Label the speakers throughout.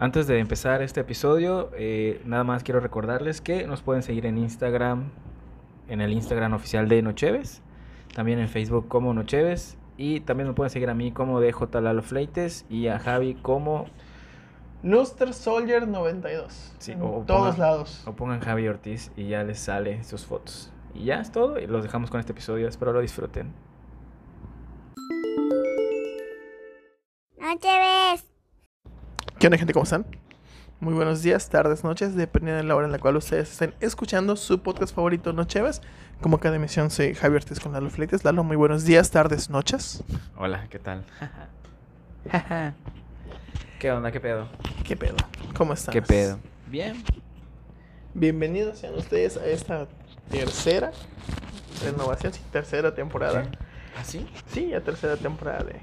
Speaker 1: Antes de empezar este episodio, eh, nada más quiero recordarles que nos pueden seguir en Instagram, en el Instagram oficial de Nocheves, también en Facebook como Nocheves, y también me pueden seguir a mí como DJ Lalo Fleites y a Javi como
Speaker 2: Nuster Soldier 92.
Speaker 1: Sí,
Speaker 2: en
Speaker 1: o- o
Speaker 2: todos
Speaker 1: pongan-
Speaker 2: lados.
Speaker 1: O pongan Javi Ortiz y ya les sale sus fotos. Y ya es todo. Y los dejamos con este episodio. Espero lo disfruten.
Speaker 3: No te ves.
Speaker 2: ¿Qué onda, gente? ¿Cómo están? Muy buenos días, tardes, noches, dependiendo de la hora en la cual ustedes estén escuchando su podcast favorito, Nocheves. Como cada emisión, soy Javier Ortiz con Lalo Fleites. Lalo, muy buenos días, tardes, noches.
Speaker 1: Hola, ¿qué tal? ¿Qué onda? ¿Qué pedo?
Speaker 2: ¿Qué pedo? ¿Cómo están?
Speaker 1: ¿Qué pedo? Bien.
Speaker 2: Bienvenidos sean ustedes a esta tercera renovación, sí, tercera temporada.
Speaker 1: ¿Así?
Speaker 2: Sí, la tercera temporada de,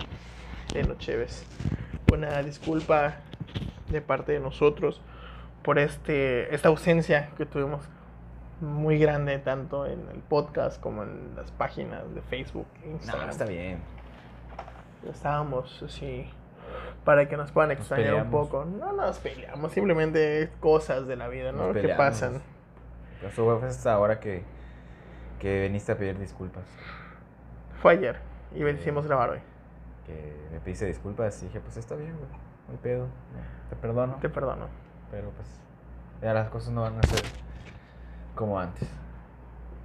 Speaker 2: de Nocheves. Una disculpa de parte de nosotros por este esta ausencia que tuvimos muy grande tanto en el podcast como en las páginas de Facebook, e Instagram.
Speaker 1: bien.
Speaker 2: Estábamos así para que nos puedan extrañar un
Speaker 1: peleamos.
Speaker 2: poco. No nos peleamos, simplemente cosas de la vida, ¿no?
Speaker 4: Nos
Speaker 2: Que
Speaker 4: peleamos.
Speaker 2: pasan.
Speaker 4: Eso fue hasta ahora que, que viniste a pedir disculpas.
Speaker 2: Fue ayer y vencimos grabar hoy.
Speaker 4: Que me pediste disculpas y dije, pues está bien, güey. No hay pedo. no, Te perdono.
Speaker 2: Te perdono.
Speaker 4: Pero pues ya las cosas no van a ser como antes.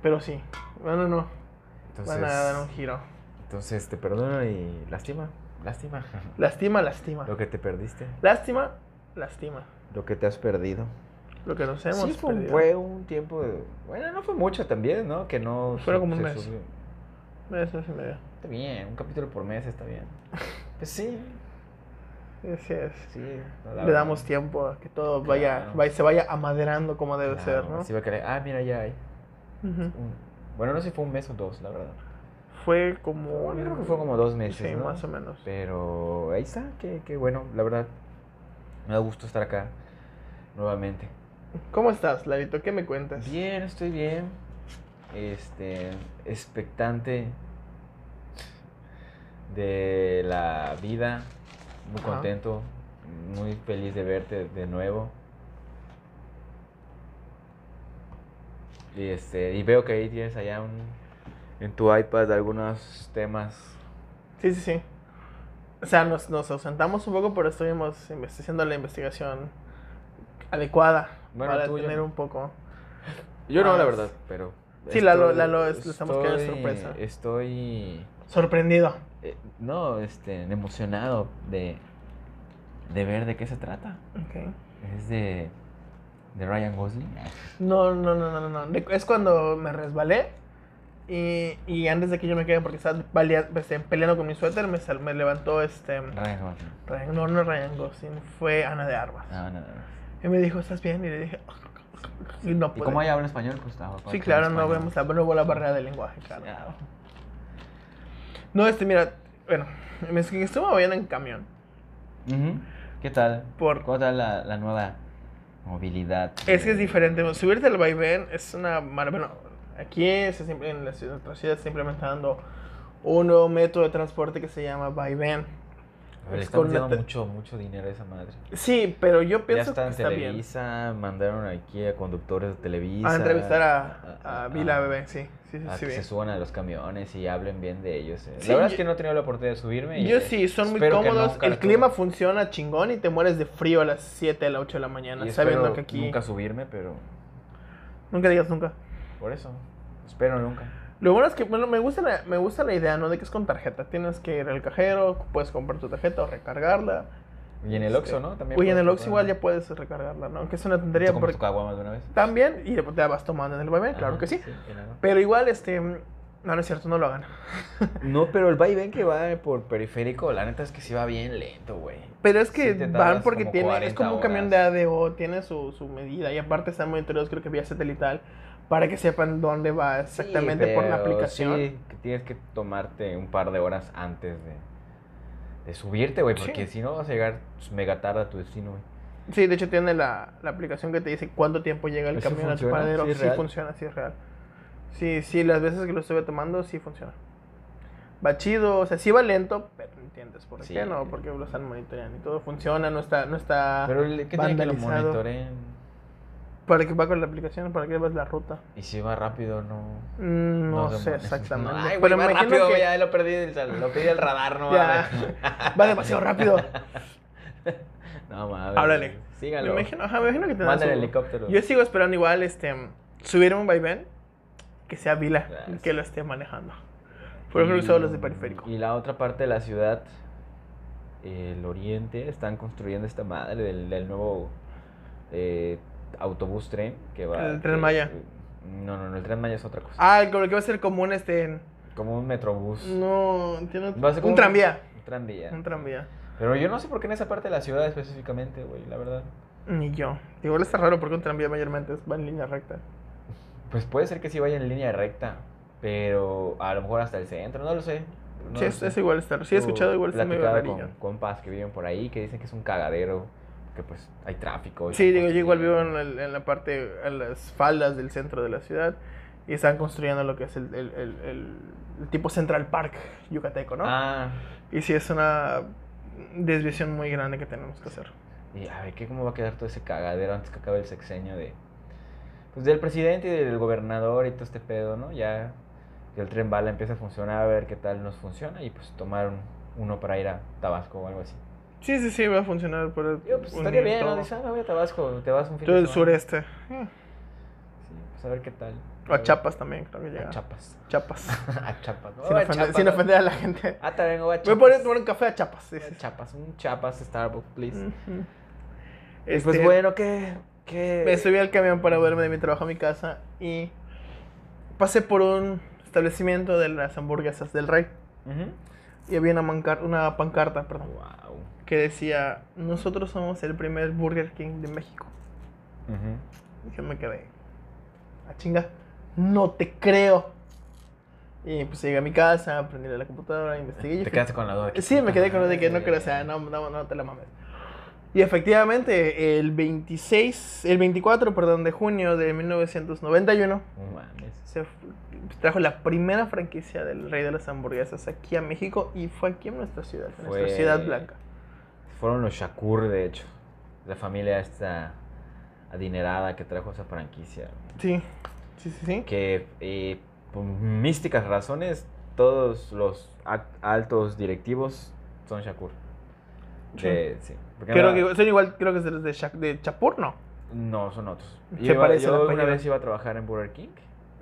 Speaker 2: Pero sí, bueno, no,
Speaker 4: Entonces,
Speaker 2: van a dar un giro.
Speaker 4: entonces te perdono y lástima, lástima.
Speaker 2: Lastima, lastima.
Speaker 4: lo que te perdiste,
Speaker 2: Lástima, lástima.
Speaker 4: lo que te has perdido.
Speaker 2: Lo que nos hemos
Speaker 4: sí, fue, un-
Speaker 2: perdido.
Speaker 4: fue un tiempo, de- bueno, no fue mucho también, ¿no? Que no...
Speaker 2: Fueron como
Speaker 4: se-
Speaker 2: un
Speaker 4: se
Speaker 2: mes.
Speaker 4: subió.
Speaker 2: Mes, mes y medio.
Speaker 4: Está bien, un capítulo por mes está bien. Pues sí,
Speaker 2: Así es.
Speaker 4: sí. no, la
Speaker 2: Le
Speaker 4: verdad.
Speaker 2: damos tiempo a que todo vaya,
Speaker 4: Claro.
Speaker 2: vaya- se vaya amaderando como debe ser,
Speaker 4: Claro,
Speaker 2: ¿no?
Speaker 4: así va a querer, ah, mira, ya hay.
Speaker 2: Ujú.
Speaker 4: un- Bueno, no sé si fue un mes o dos, la verdad.
Speaker 2: Fue
Speaker 4: Yo
Speaker 2: como...
Speaker 4: creo que fue como dos meses.
Speaker 2: Sí,
Speaker 4: ¿no?
Speaker 2: más o menos.
Speaker 4: Pero ahí está, que, que bueno, la verdad. Me da gusto estar acá nuevamente.
Speaker 2: ¿Cómo estás, Larito? ¿Qué me cuentas?
Speaker 4: Bien, estoy bien. Este, expectante de la vida. Muy
Speaker 2: Ajá.
Speaker 4: contento, muy feliz de verte de nuevo. Y este, y veo que ahí tienes allá un, en tu iPad algunos temas.
Speaker 2: Sí, sí, sí. O sea, nos, nos ausentamos un poco, pero estuvimos investi- haciendo la investigación adecuada
Speaker 4: Bueno,
Speaker 2: para
Speaker 4: tú, yo
Speaker 2: tener
Speaker 4: no.
Speaker 2: un poco...
Speaker 4: Yo no,
Speaker 2: Ah,
Speaker 4: la
Speaker 2: es-
Speaker 4: verdad, pero.
Speaker 2: Sí, Lalo- Lalo, es- le estamos quedando
Speaker 4: estoy-
Speaker 2: sorpresa.
Speaker 4: Estoy.
Speaker 2: Sorprendido.
Speaker 4: eh, no, este, emocionado de, de ver de qué se trata.
Speaker 2: Ok.
Speaker 4: Es de, de Ryan Gosling. Ah,
Speaker 2: No, no, no, no, no, no. De- Es cuando me resbalé y, y antes de que yo me quede porque estaba balea- este, peleando con mi suéter, me, sal- me levantó este...
Speaker 4: Ryan Gosling. Ah,
Speaker 2: Ryan- no, no Ryan Gosling, fue Ana de Armas.
Speaker 4: No, no, no.
Speaker 2: Y me dijo, ¿estás bien? Y le dije... Y no
Speaker 4: ¿Y
Speaker 2: pude.
Speaker 4: cómo ella habla español, Gustavo?
Speaker 2: Sí, claro, no vemos la, no hubo la barrera del lenguaje, claro. No, este, mira, bueno, me es que estuve moviendo en camión.
Speaker 4: ah, ¿Qué tal?
Speaker 2: Por-
Speaker 4: ¿Cómo tal la, la nueva movilidad?
Speaker 2: Es que es diferente. Subirte al vaivén es una mar- Bueno, aquí se sim- en la ciudad, nuestra ciudad se está implementando un nuevo método de transporte que se llama vaivén.
Speaker 4: A ver,
Speaker 2: es
Speaker 4: le están
Speaker 2: con la
Speaker 4: metiendo
Speaker 2: te-
Speaker 4: mucho, mucho dinero a esa madre.
Speaker 2: Sí, pero yo
Speaker 4: Ya
Speaker 2: pienso
Speaker 4: está
Speaker 2: que
Speaker 4: en
Speaker 2: está bien.
Speaker 4: Televisa, mandaron aquí a conductores de Televisa.
Speaker 2: A entrevistar a, a, Vila
Speaker 4: a-
Speaker 2: Bebé, sí, sí, sí,
Speaker 4: a
Speaker 2: sí.
Speaker 4: Ah, que
Speaker 2: bien.
Speaker 4: se suban a los camiones y hablen bien de ellos. eh.
Speaker 2: Sí,
Speaker 4: la verdad
Speaker 2: yo-
Speaker 4: es que no he tenido la oportunidad de subirme. y,
Speaker 2: Yo
Speaker 4: eh,
Speaker 2: sí, son muy
Speaker 4: espero que
Speaker 2: cómodos.
Speaker 4: nunca
Speaker 2: el
Speaker 4: la
Speaker 2: clima
Speaker 4: suba.
Speaker 2: funciona chingón y te mueres de frío a las 7, a las 8 de la
Speaker 4: Y
Speaker 2: mañana,
Speaker 4: espero
Speaker 2: sabiendo que aquí.
Speaker 4: Nunca subirme, pero
Speaker 2: Nunca digas nunca.
Speaker 4: por eso. Espero nunca.
Speaker 2: Lo bueno es que, bueno, me gusta, la, me gusta la idea, ¿no? De que es con tarjeta. Tienes que ir al cajero, puedes comprar tu tarjeta o recargarla.
Speaker 4: Y en el
Speaker 2: Este,
Speaker 4: Oxxo, ¿no? También
Speaker 2: Oye, en
Speaker 4: puedes
Speaker 2: el Ox igual
Speaker 4: comprar,
Speaker 2: ya puedes recargarla, ¿no? Aunque es una
Speaker 4: ¿no? ¿Tú
Speaker 2: tontería
Speaker 4: compras
Speaker 2: porque...
Speaker 4: tu caguama de una vez?
Speaker 2: También, y te la vas tomando en el bebé, Eh, claro
Speaker 4: Ajá,
Speaker 2: que sí.
Speaker 4: en el Oxxo.
Speaker 2: Pero igual, este... mm, No, no es cierto, no lo hagan.
Speaker 4: No, pero el vaivén que va por periférico, la neta es que sí va bien lento, güey.
Speaker 2: Pero es
Speaker 4: Sí
Speaker 2: que
Speaker 4: te
Speaker 2: van
Speaker 4: tardas
Speaker 2: porque
Speaker 4: como
Speaker 2: tiene...
Speaker 4: 40
Speaker 2: Es como un camión de
Speaker 4: horas.
Speaker 2: ADO, tiene su, su medida. Y aparte están monitoreados, creo que vía satelital, para que sepan dónde va
Speaker 4: Sí,
Speaker 2: exactamente por la
Speaker 4: pero
Speaker 2: aplicación.
Speaker 4: Sí, que tienes que tomarte un par de horas antes de, de subirte, güey, porque
Speaker 2: Sí.
Speaker 4: si no vas a llegar mega tarde a tu destino, güey.
Speaker 2: Sí, de hecho tiene la, la aplicación que te dice cuánto tiempo llega el
Speaker 4: ¿Eso
Speaker 2: camión a tu
Speaker 4: funciona?
Speaker 2: paradero.
Speaker 4: ¿Sí
Speaker 2: Sí,
Speaker 4: es real?
Speaker 2: funciona, sí es real. Sí, sí, las veces que lo estuve tomando, sí funciona. Va chido, o sea, sí va lento, pero entiendes por
Speaker 4: Sí.
Speaker 2: qué no, porque lo están monitoreando y todo funciona, no está, no está
Speaker 4: Pero el- ¿qué tiene que lo
Speaker 2: vandalizado.
Speaker 4: monitoreen?
Speaker 2: ¿Para qué va con la aplicación? ¿Para qué vas la ruta?
Speaker 4: Y si va rápido, no.
Speaker 2: Mm, No,
Speaker 4: se
Speaker 2: sé
Speaker 4: molesta.
Speaker 2: exactamente.
Speaker 4: No, ay, güey,
Speaker 2: pero
Speaker 4: va
Speaker 2: me imagino
Speaker 4: rápido,
Speaker 2: que
Speaker 4: ya lo perdí, del- lo pedí el radar, no
Speaker 2: Ya.
Speaker 4: mames.
Speaker 2: va demasiado rápido.
Speaker 4: No mames.
Speaker 2: Háblale. Me
Speaker 4: Sígalo.
Speaker 2: imagino, ajá, me imagino que te dan
Speaker 4: Manda el
Speaker 2: su-
Speaker 4: helicóptero.
Speaker 2: Yo sigo esperando igual este subir un vaivén que sea Vila
Speaker 4: Ah,
Speaker 2: el
Speaker 4: sí.
Speaker 2: que lo esté manejando. Por ejemplo, solo los de periférico.
Speaker 4: Y la otra parte de la ciudad, el oriente, están construyendo esta madre del, del nuevo eh, autobús tren que va.
Speaker 2: El Tren
Speaker 4: que- eh,
Speaker 2: Maya.
Speaker 4: No, no, no, el tren Maya es otra cosa.
Speaker 2: Ah, el- lo que va a ser común este
Speaker 4: Como un metrobús.
Speaker 2: no tiene
Speaker 4: Va a ser como
Speaker 2: un tranvía,
Speaker 4: Un tranvía.
Speaker 2: un tranvía.
Speaker 4: Pero yo no sé por qué en esa parte de la ciudad específicamente, güey, la verdad.
Speaker 2: Ni yo. Igual está raro porque un tranvía mayormente es- va en línea recta.
Speaker 4: Pues puede ser que sí vaya en línea recta, pero a lo mejor hasta el centro, no lo sé. no
Speaker 2: sí,
Speaker 4: lo
Speaker 2: es,
Speaker 4: sé.
Speaker 2: es igual está. Sí he
Speaker 4: Estuve
Speaker 2: escuchado igual está medio
Speaker 4: platicando
Speaker 2: rarillo.
Speaker 4: con compas que viven por ahí que dicen que es un cagadero, que pues hay tráfico. y
Speaker 2: Sí,
Speaker 4: son
Speaker 2: digo, yo igual vivo
Speaker 4: cosas
Speaker 2: en, el- en la parte, en las faldas del centro de la ciudad y están construyendo lo que es el, el- el- el- el tipo Central Park yucateco,
Speaker 4: que-
Speaker 2: ¿no?
Speaker 4: Ah,
Speaker 2: Y sí, es una desviación muy grande que tenemos que hacer.
Speaker 4: y a ver, ¿qué, ¿cómo va a quedar todo ese cagadero antes que acabe el sexenio de... Pues del presidente y del gobernador y todo este pedo, ¿no? Ya que el tren bala empieza a funcionar, a ver qué tal nos funciona y pues tomar un- uno para ir a Tabasco o algo así.
Speaker 2: Sí, sí, sí, va a funcionar. Pero
Speaker 4: Yo, pues estaría bien, ¿no?
Speaker 2: todo,
Speaker 4: Dices, ah, me voy a Tabasco, te vas un fin
Speaker 2: todo
Speaker 4: de
Speaker 2: el
Speaker 4: semana.
Speaker 2: sureste. Eh,
Speaker 4: Sí, pues a ver qué tal.
Speaker 2: O a Chiapas también, creo que llega.
Speaker 4: A Chapas.
Speaker 2: Chapas.
Speaker 4: a Chapas. ¿no? Oh,
Speaker 2: sin,
Speaker 4: a
Speaker 2: ofender,
Speaker 4: Chapas,
Speaker 2: sin
Speaker 4: ¿no?
Speaker 2: ofender a la gente.
Speaker 4: Ah, también voy a
Speaker 2: Voy a
Speaker 4: Chapas.
Speaker 2: poner a tomar un café a Chapas. sí, sí, sí.
Speaker 4: Chapas, un Chapas Starbucks, please.
Speaker 2: Ujú.
Speaker 4: Y pues
Speaker 2: Mm. Este,
Speaker 4: bueno, eh, ¿qué? qué...
Speaker 2: Me subí al camión para verme de mi trabajo a mi casa y pasé por un establecimiento de las hamburguesas del rey. Y había una, mancar- una pancarta perdón,
Speaker 4: Wow.
Speaker 2: que decía, nosotros somos el primer Burger King de México. Y yo me quedé. A chinga. No te creo. Y pues llegué a mi casa, prendí la computadora, investigué. y
Speaker 4: Te
Speaker 2: efe-
Speaker 4: quedaste con la duda. que-
Speaker 2: Sí, me quedé con lo de que no ah,
Speaker 4: Ay,
Speaker 2: creo, o sea, no, no, no te la mames. Y efectivamente, el 26, el 24, perdón, de junio de 1991,
Speaker 4: No mames.
Speaker 2: se f- trajo la primera franquicia del Rey de las Hamburguesas aquí a México y fue aquí en nuestra ciudad, en
Speaker 4: Fue-
Speaker 2: nuestra ciudad blanca.
Speaker 4: Fueron los Shakur, de hecho. La familia esta adinerada que trajo esa franquicia.
Speaker 2: Sí, sí, sí, sí.
Speaker 4: que eh, por místicas razones todos los ac- altos directivos son Shakur. De- sí. Porque
Speaker 2: Creo
Speaker 4: no-
Speaker 2: que son igual, creo que es de los de, Shak- de Chapur, ¿no?
Speaker 4: No, son otros.
Speaker 2: Se
Speaker 4: Yo, iba-
Speaker 2: parece
Speaker 4: yo
Speaker 2: el
Speaker 4: una
Speaker 2: apellido.
Speaker 4: vez iba a trabajar en Burger King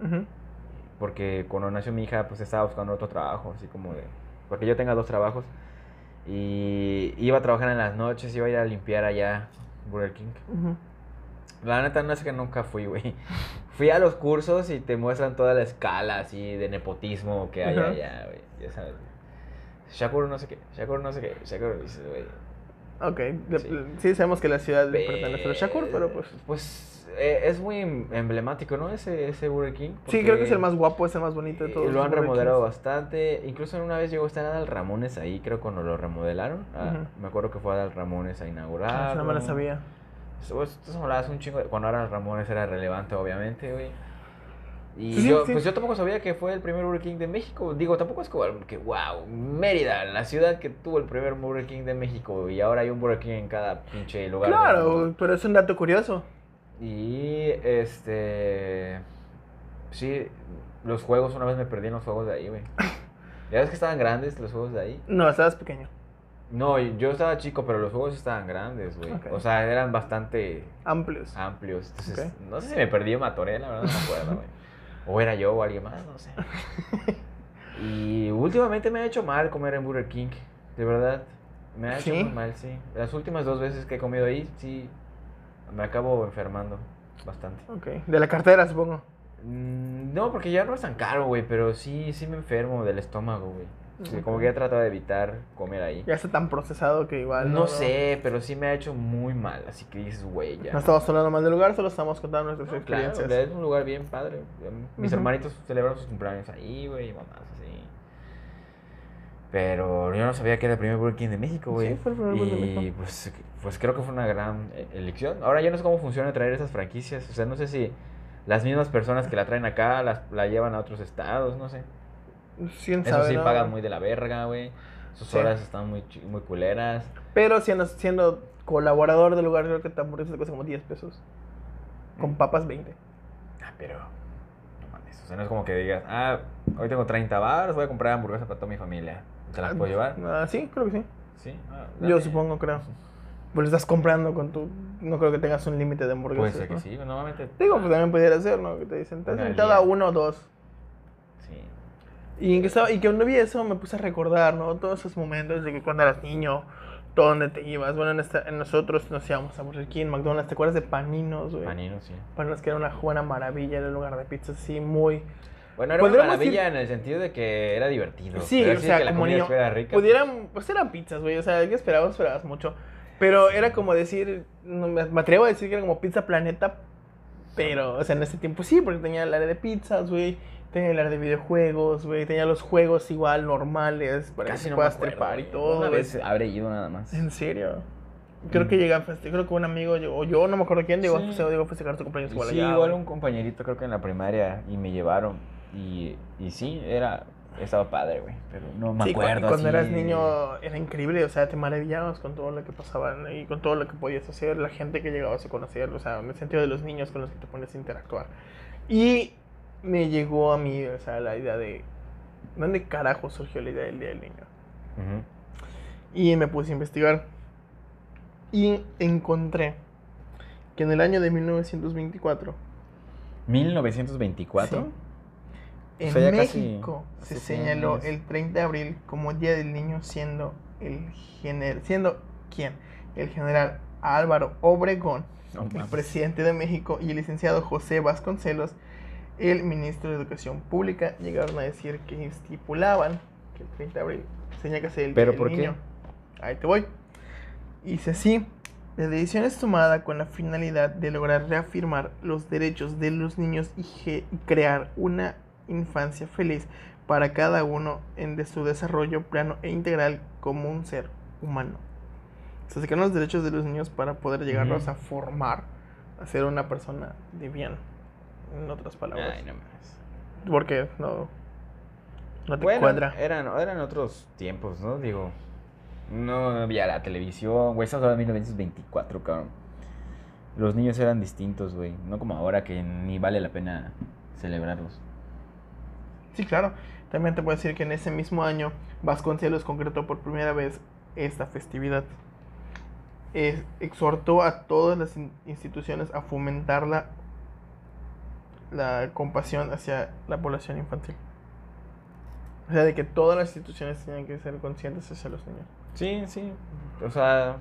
Speaker 2: Ujú.
Speaker 4: porque cuando nació mi hija pues estaba buscando otro trabajo, así como de... Porque yo tenga dos trabajos y iba a trabajar en las noches, iba a ir a limpiar allá Burger King.
Speaker 2: Ujú.
Speaker 4: La neta no es que nunca fui, güey. Fui a los cursos y te muestran toda la escala así de nepotismo que hay
Speaker 2: Ajá.
Speaker 4: allá, güey. Ya sabes. güey. Shakur no sé qué, Shakur no sé qué, Shakur dices, güey.
Speaker 2: Ok, de-
Speaker 4: Sí.
Speaker 2: sí. sabemos que la ciudad pertenece a los Shakur, pero pues...
Speaker 4: Pues eh, es muy em- emblemático, ¿no? Ese, ese Burger King.
Speaker 2: Sí, creo que es el más guapo, es el más bonito de
Speaker 4: eh,
Speaker 2: todos.
Speaker 4: Lo
Speaker 2: los
Speaker 4: han
Speaker 2: Burger
Speaker 4: remodelado
Speaker 2: Kings.
Speaker 4: bastante. Incluso una vez llegó a estar Adal Ramones ahí, creo, cuando lo remodelaron. Ah,
Speaker 2: Ujú.
Speaker 4: Me acuerdo que fue Adal Ramones a inaugurar.
Speaker 2: Ah, esa no me la sabía.
Speaker 4: Esto- esto se hablaba hace un chingo de- Cuando Adal Ramones era relevante, obviamente, güey. Y
Speaker 2: Sí,
Speaker 4: yo,
Speaker 2: sí.
Speaker 4: pues yo tampoco sabía que fue el primer Burger King de México. Digo, tampoco es como que, wow, Mérida, la ciudad que tuvo el primer Burger King de México. Y ahora hay un Burger King en cada pinche lugar. del mundo.
Speaker 2: Claro, pero es un dato curioso.
Speaker 4: Y este. Sí, los juegos, una vez me perdí en los juegos de ahí, güey. Ya ves que estaban grandes los juegos de ahí.
Speaker 2: No, estabas pequeño.
Speaker 4: No, yo estaba chico, pero los juegos estaban grandes, güey.
Speaker 2: Ok.
Speaker 4: O sea, eran bastante
Speaker 2: Amplios.
Speaker 4: amplios. Entonces,
Speaker 2: Ok.
Speaker 4: no sé si me perdí o me atoré, la verdad, no me acuerdo, güey. O era yo o alguien más, no sé. Y últimamente me ha hecho mal comer en Burger King, de verdad. Me ha hecho
Speaker 2: ¿Sí?
Speaker 4: muy mal, sí. Las últimas dos veces que he comido ahí, sí, me acabo enfermando bastante.
Speaker 2: Ok, de la cartera, supongo.
Speaker 4: Mm, No, porque ya no es tan caro, güey, pero sí, sí me enfermo del estómago, güey. Sí, Como que ya he tratado de evitar comer ahí.
Speaker 2: Ya está tan procesado que igual.
Speaker 4: No sé, pero sí me ha hecho muy mal, así que dices, güey, ya.
Speaker 2: No estamos hablando mal del lugar, solo estamos contando nuestras
Speaker 4: No, claro,
Speaker 2: experiencias.
Speaker 4: es un lugar bien padre. Em, Mis
Speaker 2: Ujú.
Speaker 4: hermanitos celebran sus cumpleaños ahí, güey, y mamás así. Pero yo no sabía que era el primer Burger King de México, güey.
Speaker 2: Sí, fue el primer
Speaker 4: y
Speaker 2: Burger King de México.
Speaker 4: Pues, pues creo que fue una gran eh, elección. Ahora yo no sé cómo funciona traer esas franquicias. O sea, no sé si las mismas personas que la traen acá las, la llevan a otros estados, no sé.
Speaker 2: ¿Quién
Speaker 4: Eso
Speaker 2: sabe,
Speaker 4: sí,
Speaker 2: no?
Speaker 4: pagan muy de la verga, güey. Sus
Speaker 2: Sí.
Speaker 4: horas están muy, chi- muy culeras.
Speaker 2: Pero siendo, siendo colaborador del lugar, creo que te hamburguesas te cuesta como 10 pesos.
Speaker 4: Mm.
Speaker 2: Con papas 20.
Speaker 4: Ah, pero. No mames. O sea, no es como que digas, ah, hoy tengo 30 baros, voy a comprar hamburguesas para toda mi familia. ¿Te las puedo llevar?
Speaker 2: Ah, sí, creo que sí.
Speaker 4: Sí. ah,
Speaker 2: Yo
Speaker 4: dame.
Speaker 2: supongo, creo. Pues lo estás comprando con tu. No creo que tengas un límite de hamburguesas.
Speaker 4: Puede ser que
Speaker 2: ¿no?
Speaker 4: sí, normalmente.
Speaker 2: Digo, pues también pudiera ser, ¿no? Que te dicen, te has
Speaker 4: Una
Speaker 2: invitado a
Speaker 4: liga.
Speaker 2: uno o dos.
Speaker 4: Sí.
Speaker 2: Y que, estaba, y que cuando vi eso me puse a recordar, ¿no? Todos esos momentos de que cuando eras niño, todo donde te ibas. Bueno, en, esta- en nosotros nos íbamos a Burger King, McDonald's, ¿te acuerdas de Paninos, güey?
Speaker 4: Panino, sí.
Speaker 2: Paninos que era una buena maravilla, era un lugar de pizza así muy...
Speaker 4: Bueno, era una
Speaker 2: Podríamos
Speaker 4: maravilla en el sentido de que era divertido.
Speaker 2: Sí,
Speaker 4: Era
Speaker 2: o
Speaker 4: así
Speaker 2: sea,
Speaker 4: que la
Speaker 2: como
Speaker 4: comida
Speaker 2: niño,
Speaker 4: estuviera rica.
Speaker 2: pudieran, pues eran pizzas, güey, o sea, ¿qué esperabas? Esperabas mucho. Pero era como decir, no me, me atrevo a decir que era como Pizza Planeta, pero, o sea, en ese tiempo sí, porque tenía el área de pizzas, güey, tenía el área de videojuegos, güey, tenía los juegos igual normales para que
Speaker 4: Casi
Speaker 2: te
Speaker 4: no me
Speaker 2: puedas
Speaker 4: acuerdo,
Speaker 2: trepar y
Speaker 4: güey.
Speaker 2: todo.
Speaker 4: Una
Speaker 2: güey.
Speaker 4: vez habré ido nada más.
Speaker 2: ¿En serio? Creo que
Speaker 4: Mm.
Speaker 2: llega a feste- creo que un amigo, yo- o yo, no me acuerdo quién, llegó, a
Speaker 4: Sí.
Speaker 2: feste- llegó a festejar su cumpleaños igual
Speaker 4: sí,
Speaker 2: allá,
Speaker 4: igual
Speaker 2: güey.
Speaker 4: un compañerito creo que en la primaria y me llevaron y, y sí, era estaba padre, güey, pero no me
Speaker 2: Sí, cu- y
Speaker 4: acuerdo
Speaker 2: cuando
Speaker 4: así
Speaker 2: eras
Speaker 4: de-
Speaker 2: niño era increíble, o sea, te maravillabas con todo lo que pasaba ¿no? y con todo lo que podías hacer, la gente que llegabas a conocer, o sea, en el sentido de los niños con los que te pones a interactuar. Y me llegó a mí, o sea, la idea de, ¿dónde carajo surgió la idea del Día del Niño?
Speaker 4: Ujú.
Speaker 2: Y me puse a investigar. Y encontré que en el año de 1924
Speaker 4: 1924.
Speaker 2: Sí.
Speaker 4: O
Speaker 2: En
Speaker 4: sea, ya casi
Speaker 2: México se
Speaker 4: hace cien
Speaker 2: señaló
Speaker 4: años.
Speaker 2: el 30 de abril como Día del Niño siendo el gener- siendo quién? El general Álvaro Obregón,
Speaker 4: No
Speaker 2: el
Speaker 4: mames.
Speaker 2: presidente de México y el licenciado José Vasconcelos, el ministro de Educación Pública, llegaron a decir que estipulaban que el 30 de abril tenía que ser el
Speaker 4: ¿Pero
Speaker 2: Día
Speaker 4: por
Speaker 2: del
Speaker 4: qué?
Speaker 2: Niño. Ahí te voy. Dice así, la decisión es tomada con la finalidad de lograr reafirmar los derechos de los niños y ge- y crear una infancia feliz para cada uno en de su desarrollo plano e integral como un ser humano. Se sacaron los derechos de los niños para poder llegarlos
Speaker 4: Ujú.
Speaker 2: a formar, a ser una persona de bien, en otras palabras.
Speaker 4: Ay, no mames.
Speaker 2: Porque no, no te
Speaker 4: Bueno,
Speaker 2: cuadra.
Speaker 4: eran eran otros tiempos, ¿no? Digo, no había la televisión, güey, estamos hablando de 1924, cabrón. Los niños eran distintos, güey, no como ahora que ni vale la pena celebrarlos.
Speaker 2: Sí, claro. También te puedo decir que en ese mismo año Vasconcelos concretó por primera vez esta festividad. Es- exhortó a todas las in- instituciones a fomentar la, la compasión hacia la población infantil. O sea, de que todas las instituciones tenían que ser conscientes hacia los niños.
Speaker 4: Sí, sí. O sea,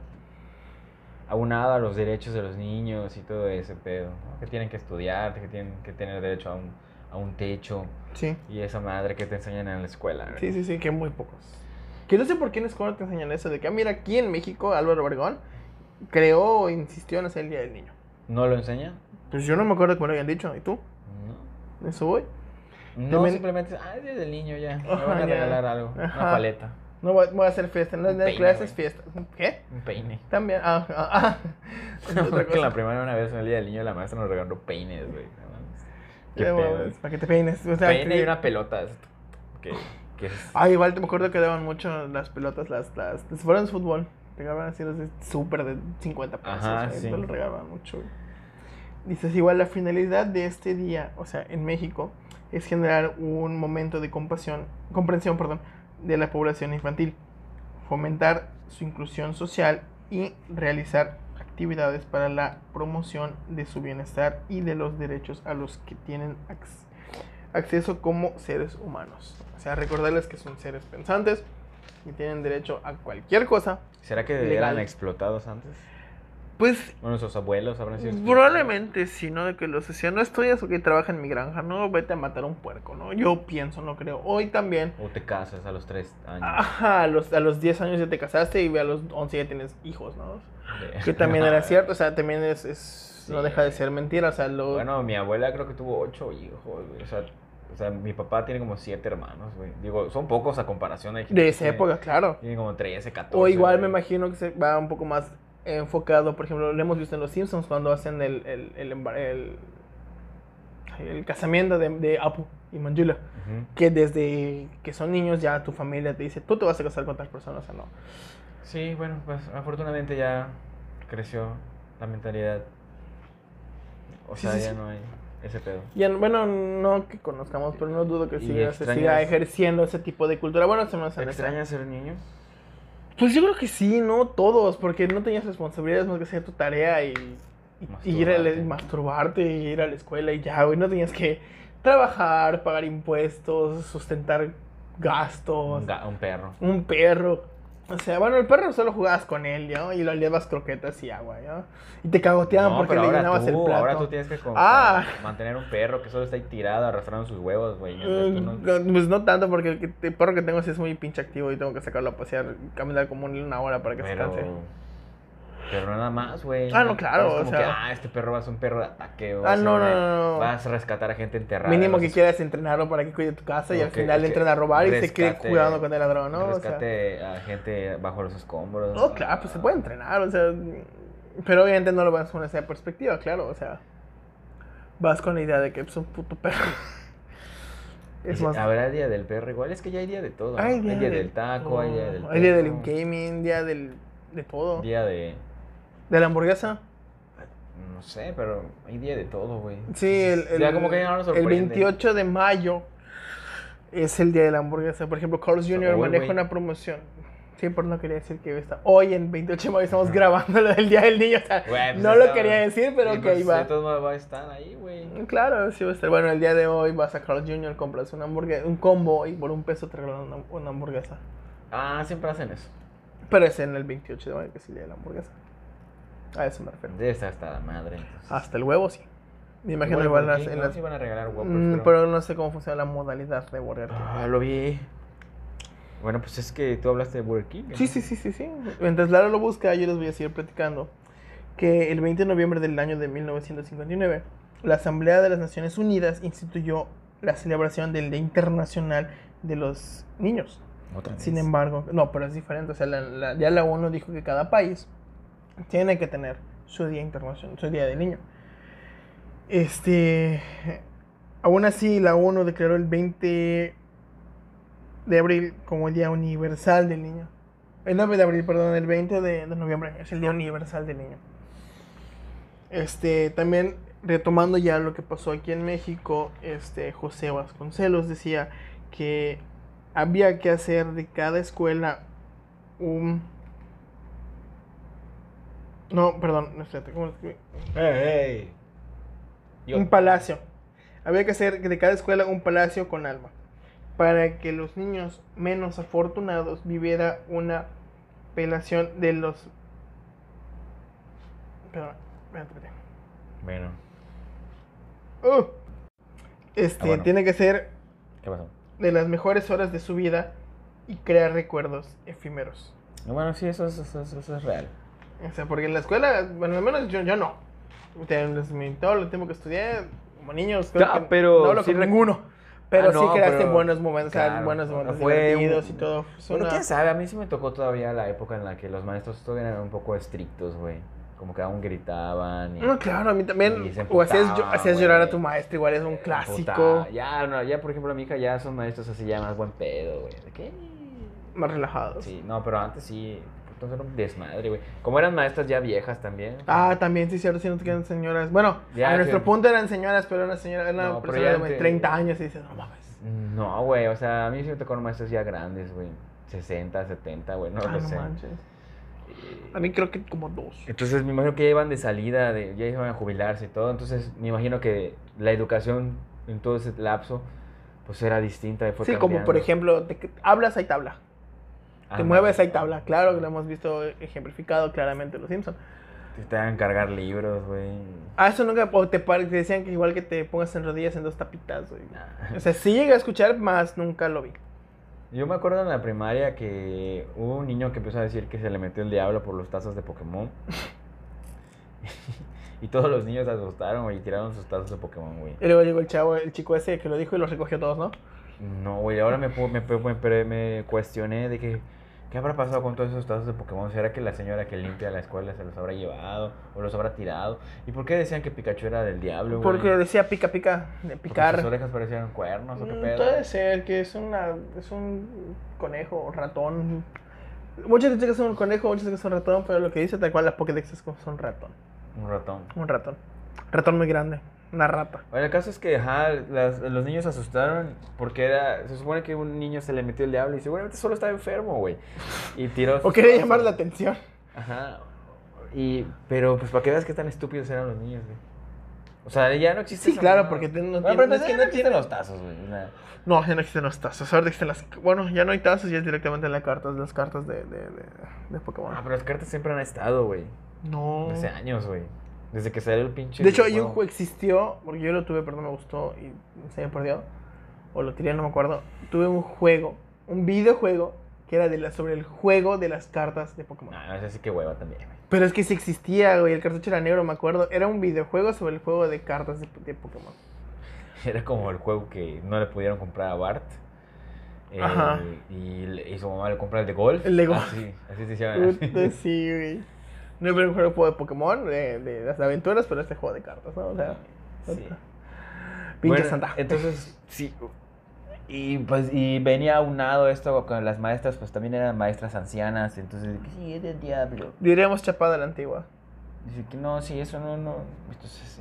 Speaker 4: aunado a los derechos de los niños y todo ese pedo, ¿no? que tienen que estudiar, que tienen que tener derecho a un, a un techo
Speaker 2: Sí,
Speaker 4: y esa madre que te enseñan en la escuela. ¿no?
Speaker 2: sí, sí, sí, que muy pocos. Que no sé por qué en la escuela te enseñan eso, de que, ah, mira, aquí en México Álvaro Obregón creó o insistió en hacer el Día del Niño.
Speaker 4: ¿No lo enseñan?
Speaker 2: Pues yo no me acuerdo que me lo habían dicho, ¿y tú?
Speaker 4: No.
Speaker 2: Eso voy.
Speaker 4: No,
Speaker 2: También-
Speaker 4: simplemente, ah, es desde el niño ya, me
Speaker 2: Ajá,
Speaker 4: van
Speaker 2: ya.
Speaker 4: a regalar algo,
Speaker 2: Ajá.
Speaker 4: una paleta,
Speaker 2: No voy, voy a hacer fiesta, no
Speaker 4: Un
Speaker 2: de
Speaker 4: peine,
Speaker 2: clases,
Speaker 4: güey.
Speaker 2: fiesta. ¿Qué?
Speaker 4: un peine.
Speaker 2: También. Ah, ah, ah. Es otra
Speaker 4: Porque en la
Speaker 2: cosa.
Speaker 4: primera una vez en el día del niño la maestra nos regaló peines, güey. no mames. Qué
Speaker 2: Qué
Speaker 4: pedo.
Speaker 2: mames, Para que te peines. O sea,
Speaker 4: Peine
Speaker 2: sí.
Speaker 4: y una pelota. es- Que, que es-
Speaker 2: Ah, igual te me acuerdo que daban mucho las pelotas, las. las si fueran de fútbol, te daban así los de súper de 50 pesos.
Speaker 4: Ajá,
Speaker 2: güey,
Speaker 4: sí.
Speaker 2: Te lo regalaban mucho, güey. Dices, igual la finalidad de este día, o sea, en México, es generar un momento de compasión, comprensión, perdón, de la población infantil, fomentar su inclusión social y realizar actividades para la promoción de su bienestar y de los derechos a los que tienen ac- acceso como seres humanos. O sea, recordarles que son seres pensantes y tienen derecho a cualquier cosa.
Speaker 4: ¿Será que
Speaker 2: Legal.
Speaker 4: eran explotados antes?
Speaker 2: Pues
Speaker 4: Bueno, sus abuelos habrán sido. explotados.
Speaker 2: probablemente sí, ¿no? De que los decían, no estudias o que trabaja en mi granja, no, vete a matar a un puerco, ¿no? Yo pienso, no creo. Hoy también
Speaker 4: O te casas a los tres años.
Speaker 2: Ajá, a los, a los 10 años ya te casaste y a los 11 ya tienes hijos, ¿no?
Speaker 4: De-
Speaker 2: Que también era cierto, o sea, también es, es- no
Speaker 4: Sí.
Speaker 2: deja de ser mentira, o sea, lo...
Speaker 4: Bueno, mi abuela creo que tuvo ocho hijos, güey. O sea, o sea, mi papá tiene como siete hermanos, güey. Digo, son pocos a comparación. Hay gente
Speaker 2: de
Speaker 4: que
Speaker 2: esa
Speaker 4: tiene-
Speaker 2: época, claro.
Speaker 4: Tiene como 13, 14.
Speaker 2: O igual me
Speaker 4: güey.
Speaker 2: imagino que se va un poco más enfocado, por ejemplo, lo hemos visto en Los Simpsons cuando hacen el, el, el, embar- el- el casamiento de, de Apu. y Manjula.
Speaker 4: Ujú.
Speaker 2: Que desde que son niños ya tu familia te dice, tú te vas a casar con tal persona, o sea, no.
Speaker 4: Sí, bueno, pues afortunadamente ya creció la mentalidad. O
Speaker 2: Sí,
Speaker 4: sea,
Speaker 2: sí,
Speaker 4: ya
Speaker 2: sí.
Speaker 4: no hay ese pedo.
Speaker 2: Y en- bueno, no que conozcamos, pero no dudo que
Speaker 4: Y
Speaker 2: siga, se
Speaker 4: extrañas-
Speaker 2: siga ejerciendo ese tipo de cultura. Bueno, se me hace
Speaker 4: ¿Extrañas ser niño?
Speaker 2: Pues yo creo que sí, ¿no? Todos, porque no tenías responsabilidades más que hacer tu tarea y, y- y ir a la-
Speaker 4: Masturbarte.
Speaker 2: masturbarte, y ir a la escuela y ya, güey. No tenías que trabajar, pagar impuestos, sustentar gastos,
Speaker 4: Un, ga- un perro.
Speaker 2: un perro. O sea, bueno, el perro solo jugabas con él, ¿no? Y lo llevas croquetas y agua, ¿no? Y te cagoteaban
Speaker 4: No,
Speaker 2: porque
Speaker 4: pero
Speaker 2: le
Speaker 4: ahora
Speaker 2: llenabas el
Speaker 4: tú-
Speaker 2: plato.
Speaker 4: Ahora tú tienes que con-
Speaker 2: Ah.
Speaker 4: mantener un perro que solo está ahí tirado arrastrando sus huevos, güey. mientras
Speaker 2: Eh,
Speaker 4: tú no-
Speaker 2: no, Pues no tanto, porque el, que- el perro que tengo sí es muy pinche activo y tengo que sacarlo a pasear, caminar como una hora para que se canse.
Speaker 4: Pero, pero nada más, güey.
Speaker 2: Ah, no, claro,
Speaker 4: Es como
Speaker 2: o sea-
Speaker 4: que, ah, este perro va a ser un perro de ataque. o
Speaker 2: Ah,
Speaker 4: va a ser
Speaker 2: no,
Speaker 4: una-
Speaker 2: no, no, no.
Speaker 4: Vas a rescatar a gente enterrada.
Speaker 2: Mínimo
Speaker 4: vas
Speaker 2: que
Speaker 4: a-
Speaker 2: quieras entrenarlo para que cuide tu casa y al
Speaker 4: Ok,
Speaker 2: final le
Speaker 4: ok.
Speaker 2: entren a robar y se quede
Speaker 4: Rescate-
Speaker 2: cuidando con el ladrón, ¿no? O sea,
Speaker 4: Rescate a gente bajo los escombros.
Speaker 2: no, claro, pues se puede entrenar, o sea. Pero obviamente no lo vas a poner esa perspectiva, claro, o sea. Vas con la idea de que es un puto perro. Es
Speaker 4: Y
Speaker 2: más.
Speaker 4: Habrá día del perro igual, es que ya hay día de todo. ¿no?
Speaker 2: Hay día, del-
Speaker 4: del taco, hay día del
Speaker 2: Hay día del
Speaker 4: perro,
Speaker 2: gaming, día del. de todo.
Speaker 4: Día de...
Speaker 2: De la hamburguesa.
Speaker 4: No sé, pero hay día de todo, güey.
Speaker 2: Sí, el, el,
Speaker 4: Ya como que ya no nos
Speaker 2: el
Speaker 4: sorprende.
Speaker 2: 28 de mayo es el día de la hamburguesa. Por ejemplo, Carl's Jr.
Speaker 4: hoy,
Speaker 2: maneja
Speaker 4: güey.
Speaker 2: una promoción. Sí, pero no quería decir que está. Hoy, en 28 de mayo, estamos
Speaker 4: Ajá.
Speaker 2: grabando lo del Día del Niño. O sea,
Speaker 4: Güey, pues
Speaker 2: no lo
Speaker 4: está-
Speaker 2: quería decir, pero
Speaker 4: Sí,
Speaker 2: que
Speaker 4: pues,
Speaker 2: ahí va. Mm.
Speaker 4: De todos modos va a estar ahí, güey.
Speaker 2: Claro, sí va a estar. Bueno, el día de hoy vas a Carl's Jr., compras una hamburguesa, un combo y por un peso te regalan una, una hamburguesa.
Speaker 4: Ah, siempre hacen eso.
Speaker 2: Pero es en el 28 de mayo, que es el día de la hamburguesa. A eso me refiero.
Speaker 4: Debe estar hasta la madre, entonces.
Speaker 2: Hasta el huevo, Ah, sí. Me imagino
Speaker 4: Bueno,
Speaker 2: igual
Speaker 4: en
Speaker 2: las-
Speaker 4: King,
Speaker 2: en
Speaker 4: ¿no?
Speaker 2: las.
Speaker 4: Sí van a regalar Whoppers,
Speaker 2: Mm,
Speaker 4: creo.
Speaker 2: pero no sé cómo funciona la modalidad de Burger King.
Speaker 4: Ah, lo vi. Bueno, pues es que tú hablaste de Burger King.
Speaker 2: Sí,
Speaker 4: ¿no?
Speaker 2: sí, sí, sí, sí. Mientras Lara lo busca, yo les voy a seguir platicando que el 20 de noviembre del año de 1959, la Asamblea de las Naciones Unidas instituyó la celebración del Día Internacional de los Niños.
Speaker 4: Otra
Speaker 2: Sin
Speaker 4: vez.
Speaker 2: embargo, no, pero es diferente. O sea, la- la- ya la ONU dijo que cada país tiene que tener su día internacional, su día del niño. Este, aún así, la ONU declaró el 20 de abril como el día universal del niño. El 9 de abril, perdón, el 20 de, de noviembre es el día universal del niño. Este, también retomando ya lo que pasó aquí en México, este, José Vasconcelos decía que había que hacer de cada escuela un... No, perdón, espérate, ¿cómo lo escribí?
Speaker 4: Ey, ey. Yo-
Speaker 2: Un palacio. Había que hacer de cada escuela un palacio con alma. Para que los niños menos afortunados viviera una apelación de los... Perdón, espérate, espérate.
Speaker 4: Bueno,
Speaker 2: ¡Uh! este,
Speaker 4: Ah, bueno.
Speaker 2: tiene que ser
Speaker 4: ¿qué pasó?
Speaker 2: de las mejores horas de su vida y crear recuerdos efímeros.
Speaker 4: No, Bueno, sí, eso, es- eso, es- eso es real.
Speaker 2: O sea, porque en la escuela, bueno, al menos yo, yo no. O sea, en los- mi- Todo el tiempo que estudié, como niños, creo
Speaker 4: Ah,
Speaker 2: que
Speaker 4: pero
Speaker 2: no hablo
Speaker 4: sí
Speaker 2: con
Speaker 4: rec-
Speaker 2: ninguno. Pero
Speaker 4: Ah,
Speaker 2: sí
Speaker 4: no,
Speaker 2: creaste
Speaker 4: pero-
Speaker 2: buenos momentos, o sea,
Speaker 4: claro,
Speaker 2: buenos momentos
Speaker 4: fue un-
Speaker 2: divertidos y todo. Es
Speaker 4: Bueno,
Speaker 2: una-
Speaker 4: quién sabe, a mí sí me tocó todavía la época en la que los maestros todavía eran un poco estrictos, güey. Como que aún gritaban y...
Speaker 2: No, claro, a mí
Speaker 4: Y
Speaker 2: también.
Speaker 4: se
Speaker 2: O hacías,
Speaker 4: emputaba,
Speaker 2: llo- hacías llorar a
Speaker 4: güey.
Speaker 2: tu maestro, igual es un
Speaker 4: Puta,
Speaker 2: clásico.
Speaker 4: ya, no, ya, por ejemplo, a mi hija ya son maestros así ya más buen pedo, güey. ¿De qué?
Speaker 2: Más relajados.
Speaker 4: Sí, no, pero antes sí, entonces era un desmadre, güey. Como eran maestras ya viejas también.
Speaker 2: Ah, también, sí, cierto, si no te quedan señoras. Bueno,
Speaker 4: Ya,
Speaker 2: a
Speaker 4: que-
Speaker 2: nuestro punto eran señoras, pero una señora, una
Speaker 4: No, pero
Speaker 2: persona
Speaker 4: ya
Speaker 2: de güey,
Speaker 4: te-
Speaker 2: 30 años y dices, no mames.
Speaker 4: No, güey, o sea, a mí sí me tocaron maestros ya grandes, güey. 60, 70, güey, no
Speaker 2: Ah,
Speaker 4: lo
Speaker 2: no
Speaker 4: sé.
Speaker 2: manches.
Speaker 4: Eh,
Speaker 2: A mí creo que como dos.
Speaker 4: Entonces me imagino que ya iban de salida, de- ya iban a jubilarse y todo. Entonces me imagino que la educación en todo ese lapso pues era distinta. y Fue
Speaker 2: Sí, como por
Speaker 4: cambiando.
Speaker 2: ejemplo, te, hablas, hay tabla.
Speaker 4: Ah,
Speaker 2: Te
Speaker 4: no,
Speaker 2: mueves, hay
Speaker 4: no,
Speaker 2: tabla. Claro que lo
Speaker 4: no.
Speaker 2: hemos visto ejemplificado claramente en los Simpsons.
Speaker 4: Te daban cargar libros, güey.
Speaker 2: Ah, eso nunca. O te, par- te decían que igual que te pongas en rodillas en dos tapitas. güey.
Speaker 4: Nah.
Speaker 2: O sea, sí llegué a escuchar, más nunca lo vi.
Speaker 4: Yo me acuerdo en la primaria que hubo un niño que empezó a decir que se le metió el diablo por los tazos de Pokémon. y todos los niños se asustaron güey, y tiraron sus tazos de Pokémon, güey.
Speaker 2: Y luego llegó el chavo, el chico ese que lo dijo y los recogió todos, ¿no?
Speaker 4: No, güey, ahora me, pu- me, pu- me, pre- me cuestioné de que, ¿Qué habrá pasado con todos esos tazos de Pokémon? ¿Será que la señora que limpia la escuela se los habrá llevado o los habrá tirado? ¿Y por qué decían que Pikachu era del diablo? güey?
Speaker 2: Porque decía pica, pica, de
Speaker 4: ¿Porque
Speaker 2: picar.
Speaker 4: sus orejas parecían cuernos o qué
Speaker 2: Mm,
Speaker 4: pedo.
Speaker 2: Puede ser que es, una, es un conejo, ratón. Muchas dicen que es un conejo, muchas dicen que es un ratón, pero lo que dice tal cual las Pokédex es como son ratón.
Speaker 4: Un ratón.
Speaker 2: Un ratón. Ratón muy grande. Una rata.
Speaker 4: Bueno, el caso es que ajá, las- los niños se asustaron porque era. Se supone que un niño se le metió el diablo y seguramente solo estaba enfermo, güey. Y tiró.
Speaker 2: O
Speaker 4: sus
Speaker 2: quería
Speaker 4: cosas.
Speaker 2: llamar la atención.
Speaker 4: Ajá. Y, pero pues para que veas qué tan estúpidos eran los niños, güey. O sea, ya no existe.
Speaker 2: Sí,
Speaker 4: esa
Speaker 2: claro,
Speaker 4: mamada.
Speaker 2: porque
Speaker 4: Bueno,
Speaker 2: no tiene-
Speaker 4: pero
Speaker 2: es que
Speaker 4: que
Speaker 2: no
Speaker 4: no existen los tazos, güey. o sea,
Speaker 2: No, ya no existen los tazos. Ahora existen las. Bueno, ya no hay tazos, ya es directamente las cartas, las cartas de, de, de, de Pokémon.
Speaker 4: Ah, pero las cartas siempre han estado, güey.
Speaker 2: No.
Speaker 4: Desde años, güey. Desde que salió el pinche.
Speaker 2: De hecho, hay un
Speaker 4: videojuego.
Speaker 2: juego existió, porque yo lo tuve, pero no me gustó y se me perdió. O lo tiré, no me acuerdo. Tuve un juego, un videojuego, que era de la, sobre el juego de las cartas de Pokémon.
Speaker 4: Ah, No, ese sí que hueva también, güey.
Speaker 2: Pero es que sí existía, güey. El cartucho era negro, me acuerdo. Era un videojuego sobre el juego de cartas de, de Pokémon.
Speaker 4: Era como el juego que no le pudieron comprar a Bart. Eh,
Speaker 2: Ajá.
Speaker 4: Y, le- y su mamá le compra el de golf.
Speaker 2: El de golf.
Speaker 4: Así, así se llama.
Speaker 2: Puta, sí, güey. No es un juego de Pokémon, de, de las aventuras, pero este juego de cartas, ¿no? O sea,
Speaker 4: Sí.
Speaker 2: pinche
Speaker 4: Bueno, eh,
Speaker 2: Santa.
Speaker 4: Entonces, sí. Y pues, y venía aunado esto con las maestras, pues también eran maestras ancianas. Entonces, que sí, es del diablo.
Speaker 2: Diríamos chapada la antigua.
Speaker 4: Dice que no, sí, eso no, no. Entonces,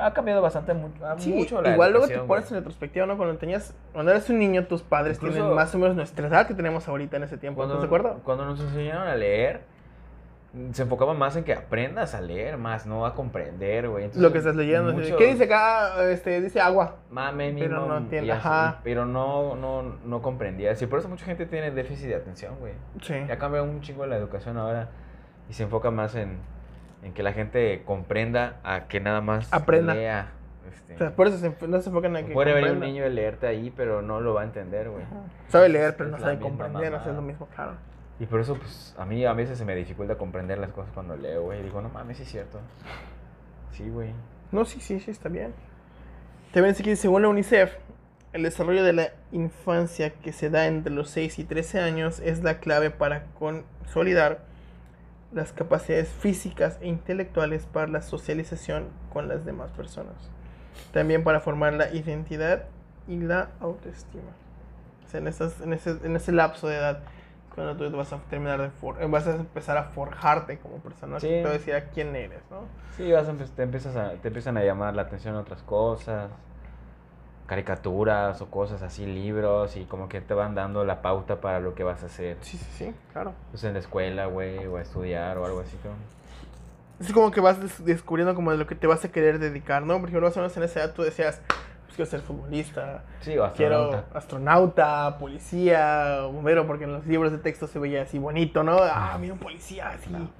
Speaker 4: ah, ha cambiado bastante mucho. ah,
Speaker 2: Sí,
Speaker 4: mucho la
Speaker 2: igual luego te
Speaker 4: educación,
Speaker 2: pones en
Speaker 4: güey.
Speaker 2: retrospectiva, ¿no? Cuando tenías, cuando eras un niño, tus padres tienen
Speaker 4: Incluso-
Speaker 2: más o menos nuestra edad que tenemos ahorita en ese tiempo, ¿estás de acuerdo?
Speaker 4: Cuando nos enseñaron a leer, se enfocaba más en que aprendas a leer, más no a comprender, güey. Entonces,
Speaker 2: Lo que estás leyendo. así de,
Speaker 4: mucho-
Speaker 2: ¿Qué dice acá? Este, dice agua.
Speaker 4: Mame, mi
Speaker 2: Pero no
Speaker 4: mom", y
Speaker 2: entiendo,
Speaker 4: así,
Speaker 2: ajá.
Speaker 4: Pero no, no, no comprendía. Sí, por eso mucha gente tiene déficit de atención, güey.
Speaker 2: Sí.
Speaker 4: Ya cambió un chingo la educación ahora y se enfoca más en, en que la gente comprenda a que nada más
Speaker 2: Aprenda.
Speaker 4: lea. este.
Speaker 2: O sea, por eso se enf- no se enfocan en que
Speaker 4: Puede venir un
Speaker 2: comprenda.
Speaker 4: niño y leerte ahí, pero no lo va a entender, güey.
Speaker 2: Sabe leer, pero
Speaker 4: Es
Speaker 2: no
Speaker 4: la
Speaker 2: sabe
Speaker 4: misma
Speaker 2: comprender, o sea, es
Speaker 4: mamada.
Speaker 2: lo mismo, claro.
Speaker 4: Y por eso, pues, a mí a veces se me dificulta comprender las cosas cuando leo, güey. Y digo, no mames, sí es cierto. Sí, güey.
Speaker 2: No, sí, sí, sí, está bien. También dice que según la UNICEF, el desarrollo de la infancia que se da entre los 6 y 13 años es la clave para consolidar las capacidades físicas e intelectuales para la socialización con las demás personas. También para formar la identidad y la autoestima. O sea, en, esas- en ese, en ese lapso de edad, cuando tú vas a terminar de for- vas a empezar a forjarte como persona,
Speaker 4: Sí.
Speaker 2: te va a decir a quién eres, ¿no?
Speaker 4: Sí, vas a empe- te, empiezas a, te empiezan a llamar la atención otras cosas. Caricaturas o cosas así, libros. Y como que te van dando la pauta para lo que vas a hacer.
Speaker 2: Sí, sí, sí, claro.
Speaker 4: Pues en la escuela, güey, o a estudiar o algo así. ¿no?
Speaker 2: Es como que vas des- descubriendo como de lo que te vas a querer dedicar, ¿no? Porque más o menos en esa edad tú decías, pues quiero ser futbolista,
Speaker 4: Sí, o
Speaker 2: quiero
Speaker 4: astronauta.
Speaker 2: astronauta, policía, bombero, porque en los libros de texto se veía así bonito, ¿no? Ah, mira un policía, así, un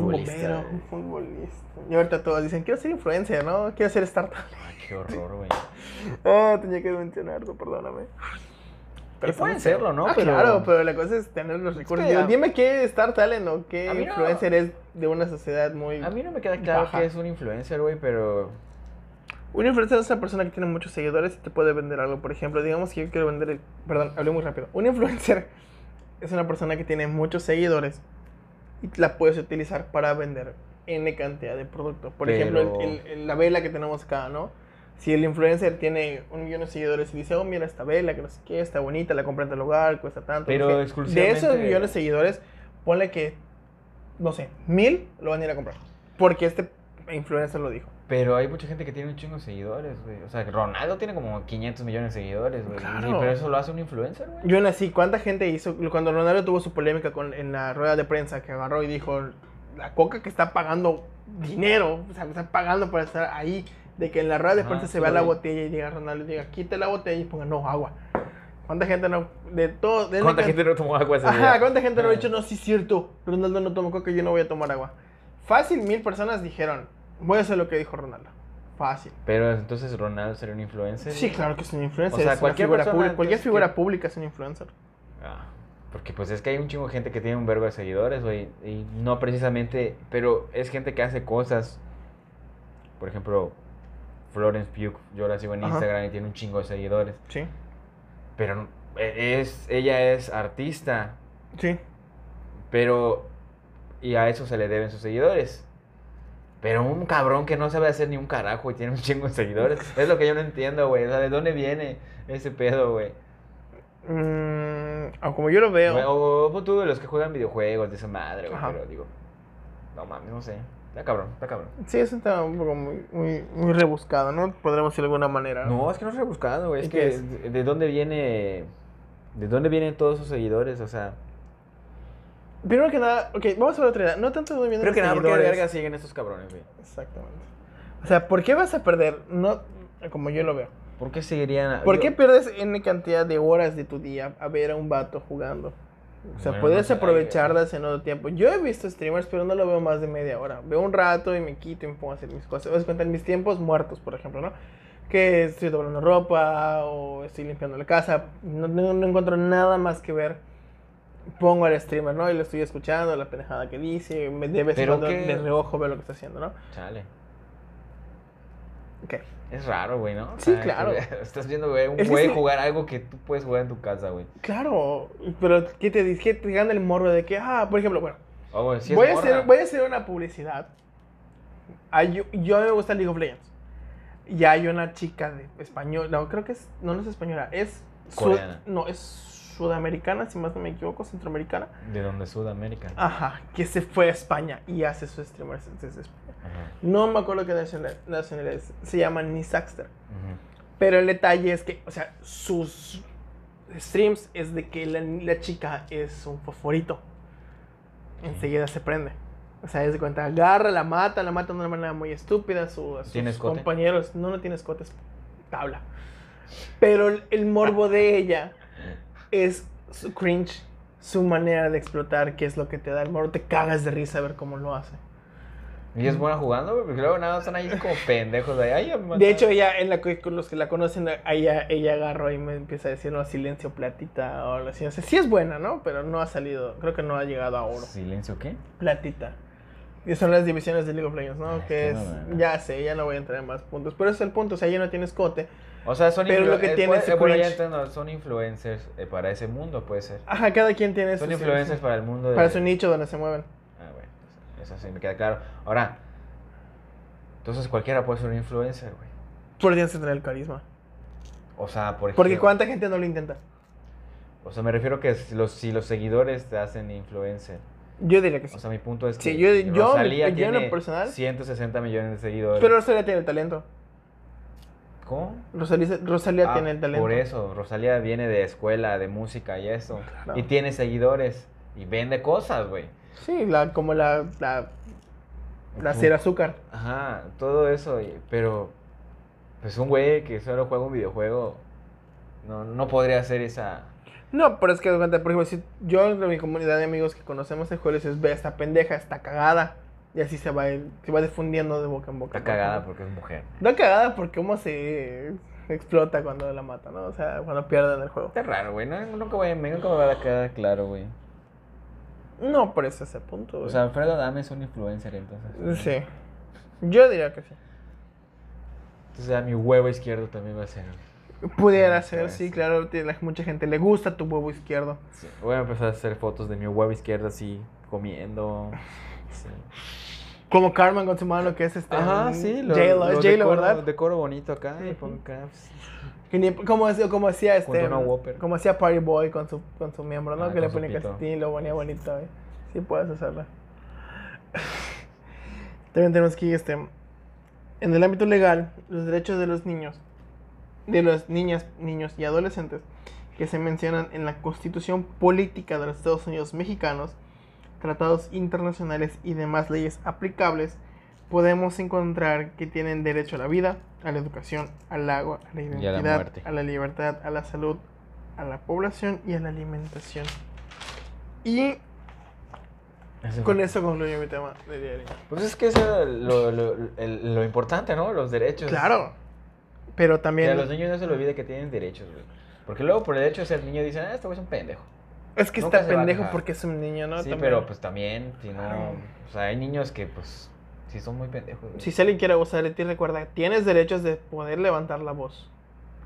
Speaker 2: bombero,
Speaker 4: güey.
Speaker 2: un futbolista. Y ahorita todos dicen, quiero ser influencer, ¿no? Quiero ser startup.
Speaker 4: Ay, qué horror, güey.
Speaker 2: Ah, tenía que mencionarlo, perdóname.
Speaker 4: Y pueden
Speaker 2: sí.
Speaker 4: serlo, ¿no?
Speaker 2: Ah,
Speaker 4: Pero-
Speaker 2: claro, pero la cosa es tener los recursos.
Speaker 4: que
Speaker 2: Digo,
Speaker 4: a-
Speaker 2: Dime qué star talent o qué
Speaker 4: A mí no-
Speaker 2: influencer es de una sociedad muy...
Speaker 4: A mí no me queda claro
Speaker 2: Baja.
Speaker 4: que es un influencer, güey, pero.
Speaker 2: Un influencer es una persona que tiene muchos seguidores y te puede vender algo. Por ejemplo, digamos que yo quiero vender el... Perdón, hablé muy rápido. Un influencer es una persona que tiene muchos seguidores y la puedes utilizar para vender N cantidad de productos. Por ejemplo, el-
Speaker 4: Pero-
Speaker 2: el- el- la vela que tenemos acá, ¿no? Si el influencer tiene un millón de seguidores y dice, oh, mira esta vela, que no sé qué, está bonita, la compré en tal lugar, cuesta tanto.
Speaker 4: Pero
Speaker 2: no sé qué.
Speaker 4: exclusivamente-
Speaker 2: De esos millones de seguidores, ponle que, no sé, mil lo van a ir a comprar. Porque este influencer lo dijo.
Speaker 4: Pero hay mucha gente que tiene un chingo de seguidores, güey. O sea, Ronaldo tiene como 500 millones de seguidores, güey.
Speaker 2: Claro.
Speaker 4: Y- Pero eso lo hace un influencer, güey.
Speaker 2: Yo nací, ¿cuánta gente hizo? Cuando Ronaldo tuvo su polémica con, en la rueda de prensa que agarró y dijo, la coca que está pagando dinero, o sea, que está pagando para estar ahí, de que en la rueda de
Speaker 4: Ajá,
Speaker 2: prensa se
Speaker 4: sí
Speaker 2: vea
Speaker 4: lo
Speaker 2: la
Speaker 4: vi.
Speaker 2: botella y llega Ronaldo y diga, quita la botella y ponga, no, agua. ¿Cuánta gente no? De todo. de
Speaker 4: ¿Cuánta
Speaker 2: la-
Speaker 4: gente no tomó agua ese día?
Speaker 2: Ajá, ¿cuánta gente no ha dicho, no, sí es cierto, Ronaldo no tomó coca, yo no voy a tomar agua? Fácil, mil personas dijeron, voy a hacer lo que dijo Ronaldo. Fácil.
Speaker 4: Pero entonces Ronaldo sería un influencer.
Speaker 2: Sí, claro que es un influencer.
Speaker 4: O sea,
Speaker 2: es una
Speaker 4: cualquier
Speaker 2: figura
Speaker 4: persona,
Speaker 2: pública- cualquier
Speaker 4: entonces,
Speaker 2: figura
Speaker 4: que-
Speaker 2: pública es un influencer.
Speaker 4: Ah, porque pues es que hay un chingo de gente que tiene un verbo de seguidores, güey. Y no precisamente, pero es gente que hace cosas. Por ejemplo, Florence Pugh, yo la sigo en
Speaker 2: Ajá.
Speaker 4: Instagram y tiene un chingo de seguidores.
Speaker 2: Sí.
Speaker 4: e, Pero es, ella es artista,
Speaker 2: Sí.
Speaker 4: Pero. Y a eso se le deben sus seguidores. Pero un cabrón que no sabe hacer ni un carajo y tiene un chingo de seguidores. Es lo que yo no entiendo, güey. O sea, ¿de dónde viene ese pedo, güey?
Speaker 2: Mm, o como yo lo veo.
Speaker 4: O, o pon tú de los que juegan videojuegos, de esa madre, güey.
Speaker 2: Ajá.
Speaker 4: Pero digo, no mames, no sé. Está cabrón, está cabrón.
Speaker 2: Sí, eso está un poco muy, muy, muy rebuscado, ¿no? Podremos decir de alguna manera.
Speaker 4: No, es que no es rebuscado, güey.
Speaker 2: ¿Y
Speaker 4: Es
Speaker 2: qué
Speaker 4: que
Speaker 2: es?
Speaker 4: de- de dónde viene. ¿De dónde vienen todos sus seguidores? O sea.
Speaker 2: Primero que nada, ok, vamos a ver otra idea. No tanto muy bien
Speaker 4: Creo
Speaker 2: de
Speaker 4: que nada, porque
Speaker 2: seguidores.
Speaker 4: verga siguen estos cabrones, güey.
Speaker 2: Exactamente. O sea, ¿por qué vas a perder? No, como yo lo veo.
Speaker 4: ¿Por qué seguirían? a-
Speaker 2: ¿Por
Speaker 4: yo-
Speaker 2: qué pierdes N cantidad de horas de tu día a ver a un vato jugando? O sea,
Speaker 4: Bueno, no
Speaker 2: puedes
Speaker 4: sé,
Speaker 2: aprovecharlas en otro tiempo. Yo he visto streamers, pero no lo veo más de media hora. Veo un rato y me quito y me pongo a hacer mis cosas. Os cuentan mis tiempos muertos, por ejemplo, ¿no? Que estoy doblando ropa o estoy limpiando la casa. No, no- no encuentro nada más que ver. Pongo al streamer, ¿no? Y lo estoy escuchando, la pendejada que dice. Me debe
Speaker 4: Pero
Speaker 2: cuando
Speaker 4: que-
Speaker 2: de reojo ver lo que está haciendo, ¿no?
Speaker 4: Chale.
Speaker 2: Ok.
Speaker 4: Es raro, güey, ¿no? O
Speaker 2: Sí,
Speaker 4: sea,
Speaker 2: claro.
Speaker 4: que- Estás viendo, güey, un
Speaker 2: Es que
Speaker 4: güey
Speaker 2: sí.
Speaker 4: jugar algo que tú puedes jugar en tu casa, güey.
Speaker 2: Claro, pero ¿qué te dice? ¿Qué te gana el morro de que, ah, por ejemplo, bueno,
Speaker 4: Oh, güey, sí es
Speaker 2: voy, a
Speaker 4: morra.
Speaker 2: hacer, voy a hacer una publicidad. Hay- yo, yo me gusta League of Legends. Y hay una chica de español, no, creo que es, no, no es española, es... sud-
Speaker 4: Coreana.
Speaker 2: no, es sudamericana, si más no me equivoco, centroamericana.
Speaker 4: De donde es Sudamérica.
Speaker 2: Ajá, que se fue a España y hace su streamer desde España.
Speaker 4: Ajá.
Speaker 2: No me acuerdo qué nacional- nacionalidad es, se llama Nisaxter.
Speaker 4: Ujú.
Speaker 2: Pero el detalle es que, o sea, sus streams es de que la, la chica es un fosforito. Enseguida se prende. O sea, es de cuenta, agarra, la mata, la mata de una manera muy estúpida. Su, a sus
Speaker 4: ¿Tiene escote?
Speaker 2: compañeros, no, no tiene escote, es tabla. Pero el, el morbo de ella es su cringe, su manera de explotar, que es lo que te da el morbo. Te cagas de risa a ver cómo lo hace.
Speaker 4: Y es buena jugando, güey, porque luego nada, están ahí como pendejos. De, Ay, ya me mataron".
Speaker 2: De hecho, ella, en la, que- con los que la conocen, a ella, ella agarró y me empieza a decir, no, silencio, platita, o algo así. O sea, sí es buena, ¿no? Pero no ha salido, creo que no ha llegado a oro.
Speaker 4: ¿Silencio qué?
Speaker 2: Platita. Y son las divisiones de League of Legends, ¿no?
Speaker 4: Ah,
Speaker 2: que
Speaker 4: es
Speaker 2: es,
Speaker 4: que no, no, no.
Speaker 2: ya sé, ya no voy a entrar en más puntos. Pero ese es el punto, o sea, ella no tiene escote.
Speaker 4: O sea, son
Speaker 2: Pero lo
Speaker 4: influ-
Speaker 2: que
Speaker 4: eh,
Speaker 2: tiene
Speaker 4: puede-
Speaker 2: es
Speaker 4: eh, bueno, ya
Speaker 2: cringe.
Speaker 4: entiendo, son influencers eh, para ese mundo, puede ser.
Speaker 2: Ajá, cada quien tiene
Speaker 4: Son
Speaker 2: sus-
Speaker 4: influencers para el mundo de...
Speaker 2: para su nicho donde se mueven.
Speaker 4: Ah, bueno, eso sí me queda claro. Ahora, entonces cualquiera puede ser un influencer, güey.
Speaker 2: Podrían tener el carisma.
Speaker 4: O sea, por ejemplo...
Speaker 2: Porque cuánta gente no lo intenta.
Speaker 4: O sea, me refiero que si los, si los seguidores te hacen influencer.
Speaker 2: Yo diría que sí.
Speaker 4: O sea, mi punto es que
Speaker 2: Sí, yo- yo-
Speaker 4: Rosalía
Speaker 2: yo en lo
Speaker 4: tiene
Speaker 2: personal-
Speaker 4: 160 millones de seguidores.
Speaker 2: Pero Rosalía tiene el talento.
Speaker 4: ¿Cómo?
Speaker 2: Rosalía, Rosalía
Speaker 4: Ah,
Speaker 2: tiene el talento.
Speaker 4: Por eso, Rosalía viene de escuela, de música y eso.
Speaker 2: Claro.
Speaker 4: Y tiene seguidores. Y vende cosas, güey.
Speaker 2: Sí, la, como la, la, la
Speaker 4: Ujú.
Speaker 2: cera azúcar.
Speaker 4: Ajá, todo eso. y- pero, pues un güey que solo juega un videojuego, no, no podría hacer esa...
Speaker 2: No, pero es que, de cuenta, por ejemplo, si yo en mi comunidad de amigos que conocemos el juego es ve a esta pendeja, está cagada. Y así se va, se va difundiendo de boca en boca.
Speaker 4: Está cagada porque es mujer.
Speaker 2: No cagada porque cómo se explota cuando la mata, ¿no? O sea, cuando pierden el juego.
Speaker 4: Está raro, güey. No, nunca, voy- me- nunca me va a quedar claro, güey.
Speaker 2: No, por eso ese punto.
Speaker 4: O
Speaker 2: güey.
Speaker 4: sea, Alfredo Adame es un influencer, entonces.
Speaker 2: sí. Yo diría que sí.
Speaker 4: Entonces a mi huevo izquierdo también va a ser.
Speaker 2: Pudiera
Speaker 4: Ah,
Speaker 2: ser,
Speaker 4: pues.
Speaker 2: sí, claro. tiene- la- mucha gente le gusta tu huevo izquierdo.
Speaker 4: Sí. Voy a empezar a hacer fotos de mi huevo izquierdo así, comiendo. Sí.
Speaker 2: Como Carmen con su mano, que es este.
Speaker 4: Ajá,
Speaker 2: mm,
Speaker 4: sí, lo,
Speaker 2: J-Lo,
Speaker 4: lo
Speaker 2: es J-Lo,
Speaker 4: decoro-
Speaker 2: ¿verdad?
Speaker 4: decoro bonito acá. y
Speaker 2: Ujú.
Speaker 4: pongo acá, pues,
Speaker 2: Que ni- Como, hacía- como hacía
Speaker 4: Junto
Speaker 2: este.
Speaker 4: a una Whopper.
Speaker 2: Como hacía Party Boy con su, con su miembro, ¿no?
Speaker 4: Ah,
Speaker 2: que
Speaker 4: con
Speaker 2: le
Speaker 4: su
Speaker 2: ponía
Speaker 4: pito.
Speaker 2: calcetín y lo ponía bonito, ¿eh? Sí puedes hacerlo. También tenemos que este. En el ámbito legal, los derechos de los niños, de las niñas, niños y adolescentes, que se mencionan en la Constitución Política de los Estados Unidos Mexicanos, tratados internacionales y demás leyes aplicables, podemos encontrar que tienen derecho a la vida, a la educación, al agua, a la
Speaker 4: la
Speaker 2: identidad,
Speaker 4: muerte.
Speaker 2: a la libertad, a la salud, a la población y a la alimentación. Y
Speaker 4: ese
Speaker 2: con
Speaker 4: fue-
Speaker 2: eso concluyo mi tema de día de hoy.
Speaker 4: Pues es que eso es lo, lo- el- lo importante, ¿no? Los derechos.
Speaker 2: Claro, pero
Speaker 4: Que a
Speaker 2: también
Speaker 4: los niños no se les olvide que tienen derechos, güey. Porque luego por el hecho de ser niño dicen, ah, este güey es un pendejo.
Speaker 2: es que
Speaker 4: nunca
Speaker 2: está
Speaker 4: se va a
Speaker 2: pendejo
Speaker 4: dejar.
Speaker 2: porque es un niño, ¿no?
Speaker 4: sí,
Speaker 2: También.
Speaker 4: pero pues también, si no...
Speaker 2: Claro.
Speaker 4: O sea, hay niños que, pues, sí son muy pendejos, güey.
Speaker 2: Si alguien quiere abusar de ti, recuerda, tienes derechos de poder levantar la voz.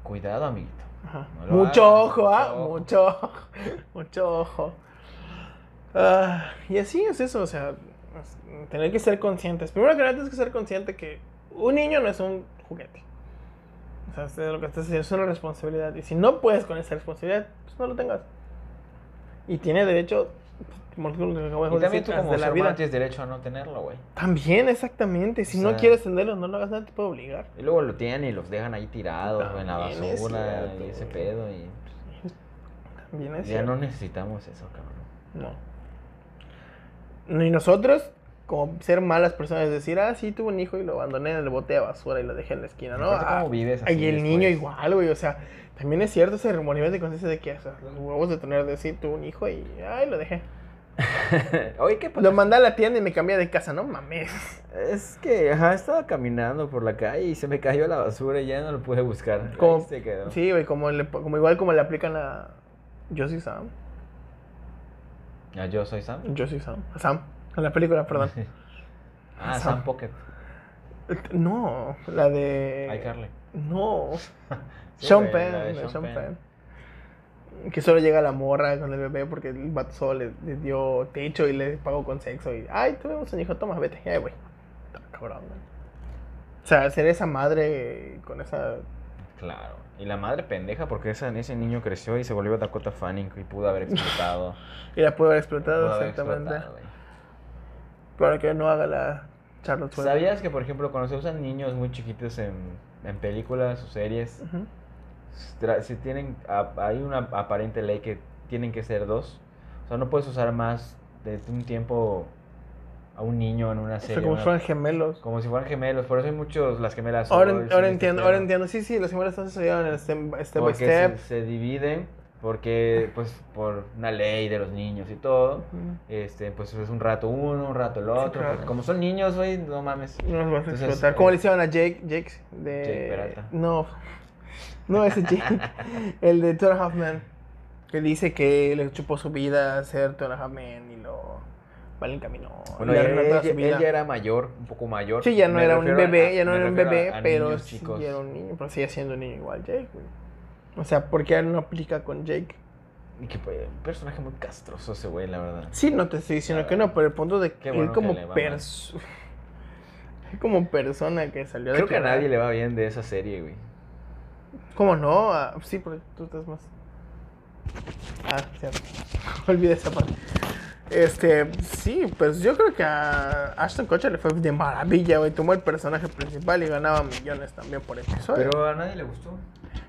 Speaker 4: Cuidado, amiguito.
Speaker 2: Ajá.
Speaker 4: No lo
Speaker 2: mucho
Speaker 4: hagas,
Speaker 2: ojo, ¿ah?
Speaker 4: mucho
Speaker 2: Mucho ojo. Mucho ojo. Ah, y así es eso, o sea, es- tener que ser conscientes. Primero que nada tienes que ser consciente que un niño no es un juguete. O sea, es lo que estás haciendo es una responsabilidad. Y si no puedes con esa responsabilidad, pues no lo tengas. Y tiene derecho, como lo que acabo de
Speaker 4: Y también
Speaker 2: decir,
Speaker 4: tú
Speaker 2: hasta
Speaker 4: como
Speaker 2: la
Speaker 4: ser
Speaker 2: vida.
Speaker 4: humano tienes derecho a no tenerlo, güey.
Speaker 2: También, exactamente. Si
Speaker 4: O
Speaker 2: no
Speaker 4: sea-
Speaker 2: quieres tenerlo, no lo hagas, nadie te puede obligar.
Speaker 4: Y luego lo tienen y los dejan ahí tirados güey, en la
Speaker 2: También es
Speaker 4: basura
Speaker 2: cierto,
Speaker 4: y ese
Speaker 2: güey.
Speaker 4: pedo. Y
Speaker 2: También es
Speaker 4: ya
Speaker 2: cierto.
Speaker 4: no necesitamos eso, cabrón.
Speaker 2: No. No, Y nosotros, como ser malas personas, es decir, ah, sí, tuve un hijo y lo abandoné en el bote de basura y lo dejé en la esquina, ¿no?
Speaker 4: Aparte,
Speaker 2: Ah,
Speaker 4: ¿cómo vives así
Speaker 2: y el niño
Speaker 4: después?
Speaker 2: igual, güey, o sea, también es cierto ese nivel de conciencia de que, o sea, los huevos de tener, de decir, tuve un hijo y, ay, lo dejé.
Speaker 4: Oye, ¿qué pasa?
Speaker 2: Lo mandé a la tienda y me cambié de casa, no mames.
Speaker 4: Es que, ajá, estaba caminando por la calle y se me cayó la basura y ya no lo pude buscar.
Speaker 2: Como-
Speaker 4: Ahí se quedó.
Speaker 2: Sí, güey, como, le- como igual como le aplican a Josie Sam,
Speaker 4: Ah, yo soy Sam.
Speaker 2: Josie Sam, a Sam, a la película, perdón.
Speaker 4: Ah,
Speaker 2: Sam.
Speaker 4: Sam, Pocket.
Speaker 2: No, la de...
Speaker 4: Ay, Carly.
Speaker 2: No.
Speaker 4: Sí,
Speaker 2: Eh, Sean
Speaker 4: güey,
Speaker 2: Penn,
Speaker 4: la de
Speaker 2: de
Speaker 4: Sean
Speaker 2: Sean
Speaker 4: Penn.
Speaker 2: Penn. Que solo llega la morra con el bebé porque el vato solo le, le dio techo y le pagó con sexo. Y, ay, tuvimos un hijo, toma, vete. Ay, güey. Está Cabrón, güey. O sea, ser esa madre con esa.
Speaker 4: Claro. Y la madre pendeja, porque esa- ese niño creció y se volvió Dakota Fanning y pudo haber explotado.
Speaker 2: Y la pudo haber explotado,
Speaker 4: pudo haber
Speaker 2: exactamente.
Speaker 4: explotado, güey.
Speaker 2: Para que no haga la Charlotte Web.
Speaker 4: ¿Sabías que, por ejemplo, cuando se usan niños muy chiquitos en, en películas o series,
Speaker 2: Ujú.
Speaker 4: tra- se tienen, a- hay una aparente ley que tienen que ser dos? O sea, no puedes usar más de un tiempo a un niño en una
Speaker 2: O
Speaker 4: serie.
Speaker 2: sea, como
Speaker 4: una-
Speaker 2: si fueran gemelos.
Speaker 4: como si fueran gemelos, por eso hay muchos, las gemelas.
Speaker 2: Ahora,
Speaker 4: Olsen,
Speaker 2: ahora
Speaker 4: este
Speaker 2: entiendo,
Speaker 4: pedo.
Speaker 2: ahora entiendo. Sí, sí, las gemelas están sucediendo en el step, step by
Speaker 4: Porque
Speaker 2: step.
Speaker 4: Se, se dividen, porque, pues, por una ley de los niños y todo.
Speaker 2: Ujú.
Speaker 4: Este, pues es un rato uno, un rato el otro.
Speaker 2: claro.
Speaker 4: porque Como son niños, güey, no mames.
Speaker 2: No los vas a
Speaker 4: Entonces,
Speaker 2: explotar. Como
Speaker 4: eh,
Speaker 2: le hicieron a Jake, Jake de.
Speaker 4: Jake Peralta.
Speaker 2: No. No, ese Jake. el de Tora Huffman. Que dice que le chupó su vida a ser Tora Huffman y lo. Mal encaminó.
Speaker 4: Bueno,
Speaker 2: le
Speaker 4: él,
Speaker 2: arruinó toda su
Speaker 4: él- él
Speaker 2: vida.
Speaker 4: ya era mayor, un poco mayor.
Speaker 2: Sí, ya no
Speaker 4: Me
Speaker 2: era un
Speaker 4: refiero a-
Speaker 2: bebé, ya no
Speaker 4: me
Speaker 2: era un
Speaker 4: refiero a-
Speaker 2: bebé,
Speaker 4: a
Speaker 2: pero
Speaker 4: niños
Speaker 2: sí
Speaker 4: chicos.
Speaker 2: era un niño, pero sigue siendo un niño igual Jake, güey. O sea, ¿por qué no aplica con Jake?
Speaker 4: Y que, pues, un personaje muy castroso ese güey, la verdad.
Speaker 2: Sí, no te estoy diciendo
Speaker 4: La
Speaker 2: que
Speaker 4: verdad.
Speaker 2: no, pero el punto de
Speaker 4: Qué
Speaker 2: que él
Speaker 4: bueno que
Speaker 2: como
Speaker 4: le va mal.
Speaker 2: perso- él como persona que salió de
Speaker 4: Creo que a nadie le va bien de esa serie, güey.
Speaker 2: ¿Cómo no? Ah, sí, porque tú estás más. Ah, cierto. Olvidé esa parte. Este, sí, pues yo creo que a Ashton Kutcher le fue de maravilla, güey. Tomó el personaje principal y ganaba millones también por episodio.
Speaker 4: Pero a nadie le gustó.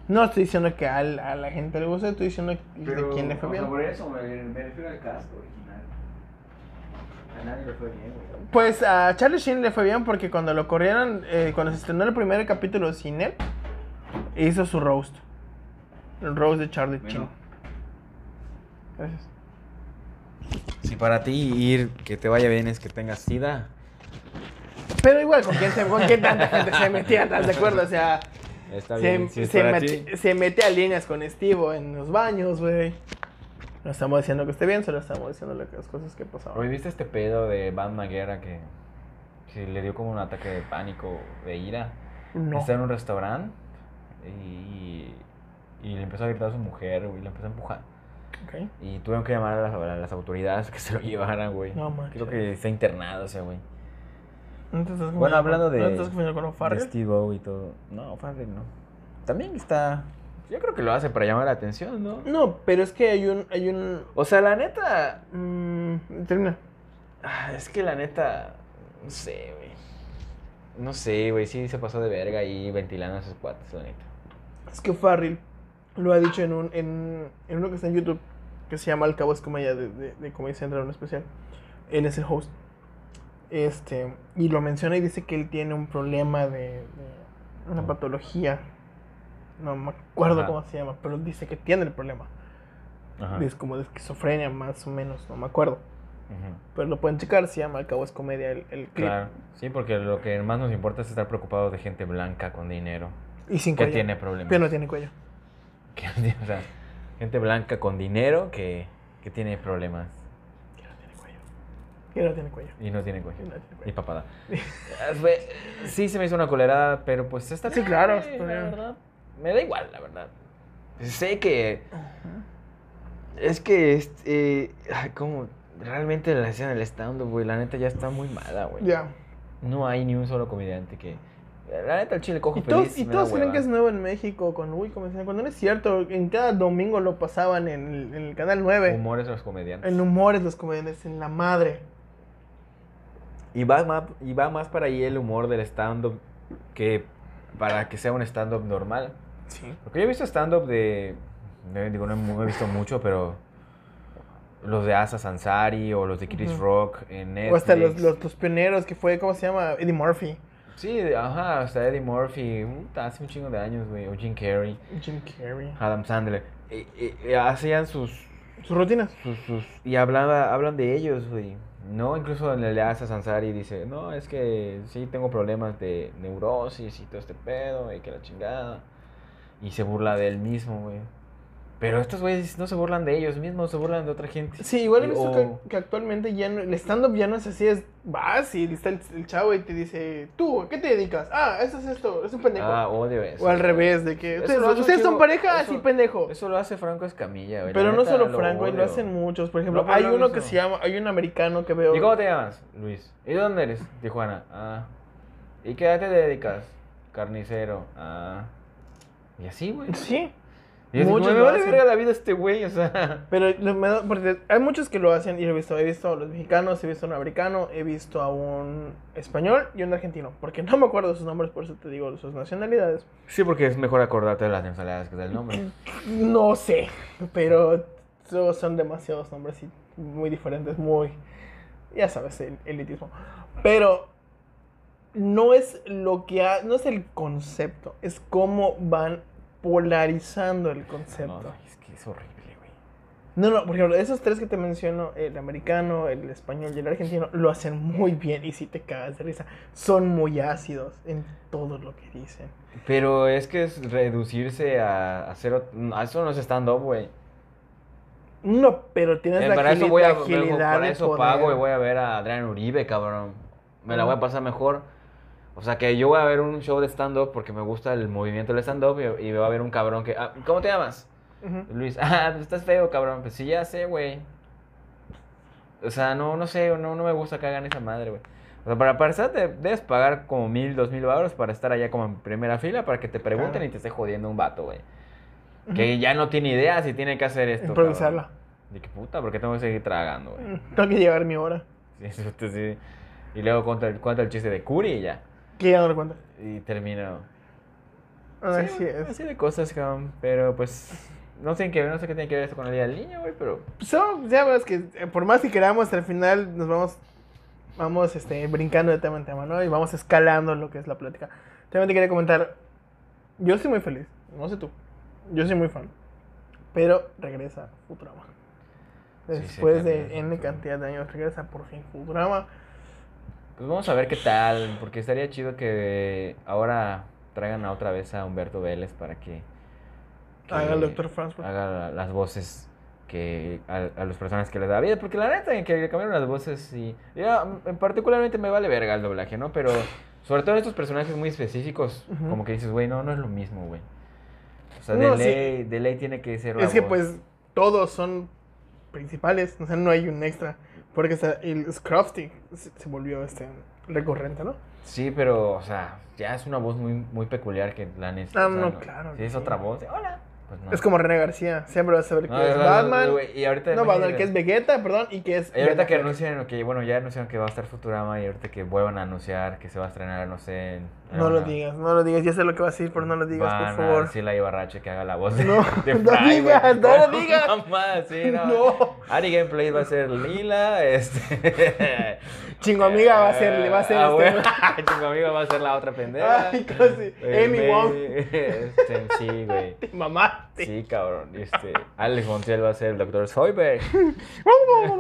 Speaker 2: no estoy diciendo que al- a la gente le guste, estoy diciendo de quién le fue bien.
Speaker 4: eso, me, refiero al cast original. A nadie le fue bien, güey.
Speaker 2: Pues a Charlie Sheen le fue bien porque cuando lo corrieron, eh, cuando se estrenó el primer capítulo sin él, hizo su roast. El roast de Charlie Sheen.
Speaker 4: Bueno.
Speaker 2: Gracias.
Speaker 4: Si para ti ir que te vaya bien es que tengas sida,
Speaker 2: Pero igual, ¿con quién, se, con quién tanta gente se metía? ¿Estás de acuerdo? O sea,
Speaker 4: está
Speaker 2: se,
Speaker 4: bien. Si es
Speaker 2: se
Speaker 4: para
Speaker 2: mete-
Speaker 4: ti.
Speaker 2: se mete a líneas con Steve en los baños, güey. No estamos diciendo que esté bien, solo estamos diciendo lo que- las cosas que
Speaker 4: Oye,
Speaker 2: pasaban.
Speaker 4: ¿viste este pedo de Van Maguera que, que le dio como un ataque de pánico, de ira?
Speaker 2: No.
Speaker 4: Está en un restaurante y, y le empezó a gritar a su mujer, güey, le empezó a empujar.
Speaker 2: Ok.
Speaker 4: Y tuvieron que llamar a las, a las autoridades que se lo llevaran, güey.
Speaker 2: No manches.
Speaker 4: Creo que está internado ese güey.
Speaker 2: No te estás confundiendo
Speaker 4: Bueno,
Speaker 2: con-
Speaker 4: hablando de,
Speaker 2: ¿No te estás confundiendo con
Speaker 4: de
Speaker 2: O'Farrell?
Speaker 4: Steve O y todo. No, Farrell no. También está... Yo creo que lo hace para llamar la atención, ¿no?
Speaker 2: No, pero es que hay un... Hay un
Speaker 4: O sea, la neta...
Speaker 2: mm, termina.
Speaker 4: ah, Es que la neta... No sé, güey. No sé, güey. Sí se pasó de verga ahí ventilando a sus cuates, la neta.
Speaker 2: Es que Farrell lo ha dicho en, un, en, en uno que está en YouTube, que se llama El Cabo es Comedia, de, de, de Comedy Central, un especial. Él es el host. Este, y lo menciona y dice que él tiene un problema de, de una
Speaker 4: Ujú.
Speaker 2: patología. No me acuerdo
Speaker 4: Ajá.
Speaker 2: cómo se llama, pero dice que tiene el problema.
Speaker 4: Ajá.
Speaker 2: Es como de esquizofrenia, más o menos, no me acuerdo. Pero lo pueden checar, se llama El Cabo es Comedia, el, el clip.
Speaker 4: Claro. Sí, porque lo que más nos importa es estar preocupados de gente blanca con dinero.
Speaker 2: Y sin
Speaker 4: Que
Speaker 2: cuello.
Speaker 4: tiene problemas.
Speaker 2: Pero no tiene cuello.
Speaker 4: Que, o sea, gente blanca con dinero que, que tiene problemas
Speaker 2: Que no tiene cuello. Que no tiene cuello.
Speaker 4: y no tiene cuello.
Speaker 2: Que no tiene cuello.
Speaker 4: Ni papada. Ah, fue- sí, se me hizo una colerada, pero pues está
Speaker 2: Sí,
Speaker 4: bien,
Speaker 2: claro,
Speaker 4: güey,
Speaker 2: está
Speaker 4: la
Speaker 2: bien.
Speaker 4: verdad. Me da igual, la verdad. Sé que. Es que. Este, eh, ay, ¿Cómo realmente la escena del stand-up, güey, la neta ya está muy mala, güey.
Speaker 2: Ya.
Speaker 4: No hay ni un solo comediante que. La neta, el chile cojo
Speaker 2: Y todos,
Speaker 4: feliz.
Speaker 2: y
Speaker 4: me da
Speaker 2: todos creen
Speaker 4: hueva.
Speaker 2: que es nuevo en México con Uy, como decían, cuando no es cierto, en cada domingo lo pasaban en el, en el canal 9.
Speaker 4: Humores de los comediantes.
Speaker 2: En humores los comediantes, en la madre.
Speaker 4: Y va, más, y va más para ahí el humor del stand-up que para que sea un stand-up normal.
Speaker 2: Sí.
Speaker 4: Porque yo he visto stand-up de. no, digo, no he, mu- he visto mucho, pero. Los de Asa Ansari o los de Chris
Speaker 2: Ujú.
Speaker 4: Rock en Netflix.
Speaker 2: O hasta los, los, los pioneros que fue, ¿cómo se llama? Eddie Murphy.
Speaker 4: Sí, ajá, hasta Eddie Murphy. puta, hace un chingo de años, güey. O Jim Carrey,
Speaker 2: Jim Carrey.
Speaker 4: Adam Sandler. eh, eh, eh, hacían sus.
Speaker 2: Sus rutinas.
Speaker 4: sus, sus- y hablaba, hablan de ellos, güey. No, incluso le le hace a Sansari dice, no, es que sí tengo problemas de neurosis y todo este pedo, y que la chingada. Y se burla de él mismo, güey. Pero estos güeyes no se burlan de ellos mismos, se burlan de otra gente.
Speaker 2: Sí, igual he
Speaker 4: Y- oh,
Speaker 2: visto
Speaker 4: o-
Speaker 2: que, que actualmente ya no, el stand-up ya no es así, es, vas y está el, el chavo y te dice, tú, ¿a qué te dedicas? Ah, eso es esto, es un pendejo.
Speaker 4: Ah, odio eso.
Speaker 2: o al revés, de que,
Speaker 4: Eso
Speaker 2: ustedes,
Speaker 4: lo hace un
Speaker 2: ¿ustedes son
Speaker 4: chingo-
Speaker 2: pareja,
Speaker 4: eso-
Speaker 2: así pendejo.
Speaker 4: Eso lo hace Franco Escamilla, güey. la
Speaker 2: Pero no
Speaker 4: neta,
Speaker 2: solo
Speaker 4: lo
Speaker 2: Franco, y lo
Speaker 4: odio.
Speaker 2: hacen muchos. Por ejemplo,
Speaker 4: No, pero
Speaker 2: hay
Speaker 4: lo
Speaker 2: uno
Speaker 4: hizo.
Speaker 2: que se llama, hay un americano que veo.
Speaker 4: ¿Y cómo te llamas? Luis. ¿Y dónde eres? Tijuana. Ah. ¿Y qué edad te dedicas? Carnicero. Ah. Y así, güey.
Speaker 2: Sí.
Speaker 4: Y es como,
Speaker 2: Muchos
Speaker 4: me
Speaker 2: lo
Speaker 4: vale
Speaker 2: hacen.
Speaker 4: verga la vida este güey, o sea.
Speaker 2: Pero lo- me da- porque hay muchos que lo hacen y lo he visto. He visto a los mexicanos, he visto a un americano, he visto a un español y un argentino. Porque no me acuerdo sus nombres, por eso te digo sus nacionalidades.
Speaker 4: Sí, porque es mejor acordarte de las ensaladas que del nombre.
Speaker 2: No sé, pero so- son demasiados nombres y muy diferentes, muy, ya sabes, el elitismo. Pero no es lo que ha- no es el concepto, es cómo van polarizando el
Speaker 4: No,
Speaker 2: concepto.
Speaker 4: no, es que es horrible, güey.
Speaker 2: No, no, por ejemplo, esos tres que te menciono, el americano, el español y el argentino, lo hacen muy bien y si te cagas de risa. Son muy ácidos en todo lo que dicen.
Speaker 4: Pero es que es reducirse a, a cero. a Eso no es stand-up, güey.
Speaker 2: No, pero tienes
Speaker 4: Eh,
Speaker 2: la
Speaker 4: para eso
Speaker 2: agili-
Speaker 4: voy a.
Speaker 2: la agilidad
Speaker 4: Para
Speaker 2: de
Speaker 4: eso
Speaker 2: poder.
Speaker 4: pago y voy a ver a Adrián Uribe, cabrón. Me la voy a pasar mejor. O sea que yo voy a ver un show de stand-up porque me gusta el movimiento del stand-up y, y va a haber un cabrón que. ah, ¿Cómo te llamas?
Speaker 2: Ujú.
Speaker 4: Luis, ah, pues estás feo, cabrón. Pues sí, ya sé, güey. O sea, no, no sé, no, no me gusta que hagan esa madre, güey. O sea, para pasar te debes pagar como mil, dos mil baros para estar allá como en primera fila para que te pregunten
Speaker 2: Claro.
Speaker 4: y te esté jodiendo un vato, güey.
Speaker 2: Ujú.
Speaker 4: Que ya no tiene idea si tiene que hacer esto. cabrón.
Speaker 2: Improvisarla.
Speaker 4: De que puta, porque tengo que seguir tragando, güey.
Speaker 2: Tengo que llevar mi hora.
Speaker 4: Sí, sí, sí, sí. Y luego cuenta el, cuenta el chiste de Curi y ya.
Speaker 2: Que ya no lo cuento.
Speaker 4: Y termino.
Speaker 2: Así
Speaker 4: Sí,
Speaker 2: es.
Speaker 4: Así de cosas, cabrón. Pero pues. No sé, en qué, no sé qué tiene que ver esto con el día del niño, güey, pero.
Speaker 2: So, ya ves que eh, por más que queramos, al final nos vamos, vamos este, brincando de tema en tema, ¿no? Y vamos escalando lo que es la plática. También te quería comentar, yo estoy muy feliz, no sé tú, yo soy muy fan, pero regresa Futurama.
Speaker 4: Sí, sí,
Speaker 2: Después de
Speaker 4: también,
Speaker 2: N
Speaker 4: Futurama.
Speaker 2: cantidad de años, regresa por fin Futurama.
Speaker 4: Pues vamos a ver qué tal, porque estaría chido que ahora traigan a otra vez a Humberto Vélez para que, que
Speaker 2: Haga el Dr. Franz. por-
Speaker 4: haga la- las voces que a, a las personas que les da vida, porque la neta que le cambiaron las voces y ya en particularmente me vale verga el doblaje, ¿no? Pero sobre todo estos personajes muy específicos,
Speaker 2: Ujú.
Speaker 4: como que dices, güey, no, no es lo mismo, güey. O sea,
Speaker 2: No,
Speaker 4: de,
Speaker 2: sí.
Speaker 4: ley, de ley tiene que ser la
Speaker 2: Es que
Speaker 4: voz.
Speaker 2: pues todos son principales, o sea, no hay un extra. Porque hasta el Scrafty se se volvió este recurrente, ¿no?
Speaker 4: Sí, pero, o sea, ya es una voz muy, muy peculiar que la neta.
Speaker 2: Ah,
Speaker 4: o sea,
Speaker 2: no, claro
Speaker 4: Si
Speaker 2: que
Speaker 4: es
Speaker 2: sí.
Speaker 4: otra voz, de, hola. Pues no.
Speaker 2: Es como René García, siempre vas a saber que
Speaker 4: No,
Speaker 2: es
Speaker 4: de verdad,
Speaker 2: Batman, no,
Speaker 4: güey, y ahorita
Speaker 2: Batman,
Speaker 4: imagínate.
Speaker 2: que es Vegeta, perdón, y que es...
Speaker 4: Y ahorita que
Speaker 2: Ben Affleck.
Speaker 4: anuncian, que bueno, ya anunciaron que va a estar Futurama y ahorita que vuelvan a anunciar que se va a estrenar, no sé. en- en
Speaker 2: No lo
Speaker 4: una-
Speaker 2: digas, no lo digas, ya sé lo que vas a decir, pero no lo digas,
Speaker 4: Ah. Van
Speaker 2: por
Speaker 4: a
Speaker 2: favor.
Speaker 4: decirle a Ibarrache que haga la voz de,
Speaker 2: No,
Speaker 4: de
Speaker 2: no
Speaker 4: Fry, güey.
Speaker 2: digas, no lo
Speaker 4: Una
Speaker 2: digas.
Speaker 4: mamada así, no.
Speaker 2: No.
Speaker 4: Ari Gameplay va a ser Lila, este.
Speaker 2: Chingo amiga va a ser, le va a ser
Speaker 4: Ah,
Speaker 2: este,
Speaker 4: güey. Chingo amiga va a ser la otra pendeja.
Speaker 2: Ay, casi.
Speaker 4: Eh,
Speaker 2: Amy
Speaker 4: baby,
Speaker 2: Wong,
Speaker 4: este, sí, güey.
Speaker 2: te mamaste.
Speaker 4: Sí, cabrón. Este, Alex Montiel va a ser el Dr. Soyberg.
Speaker 2: Oh,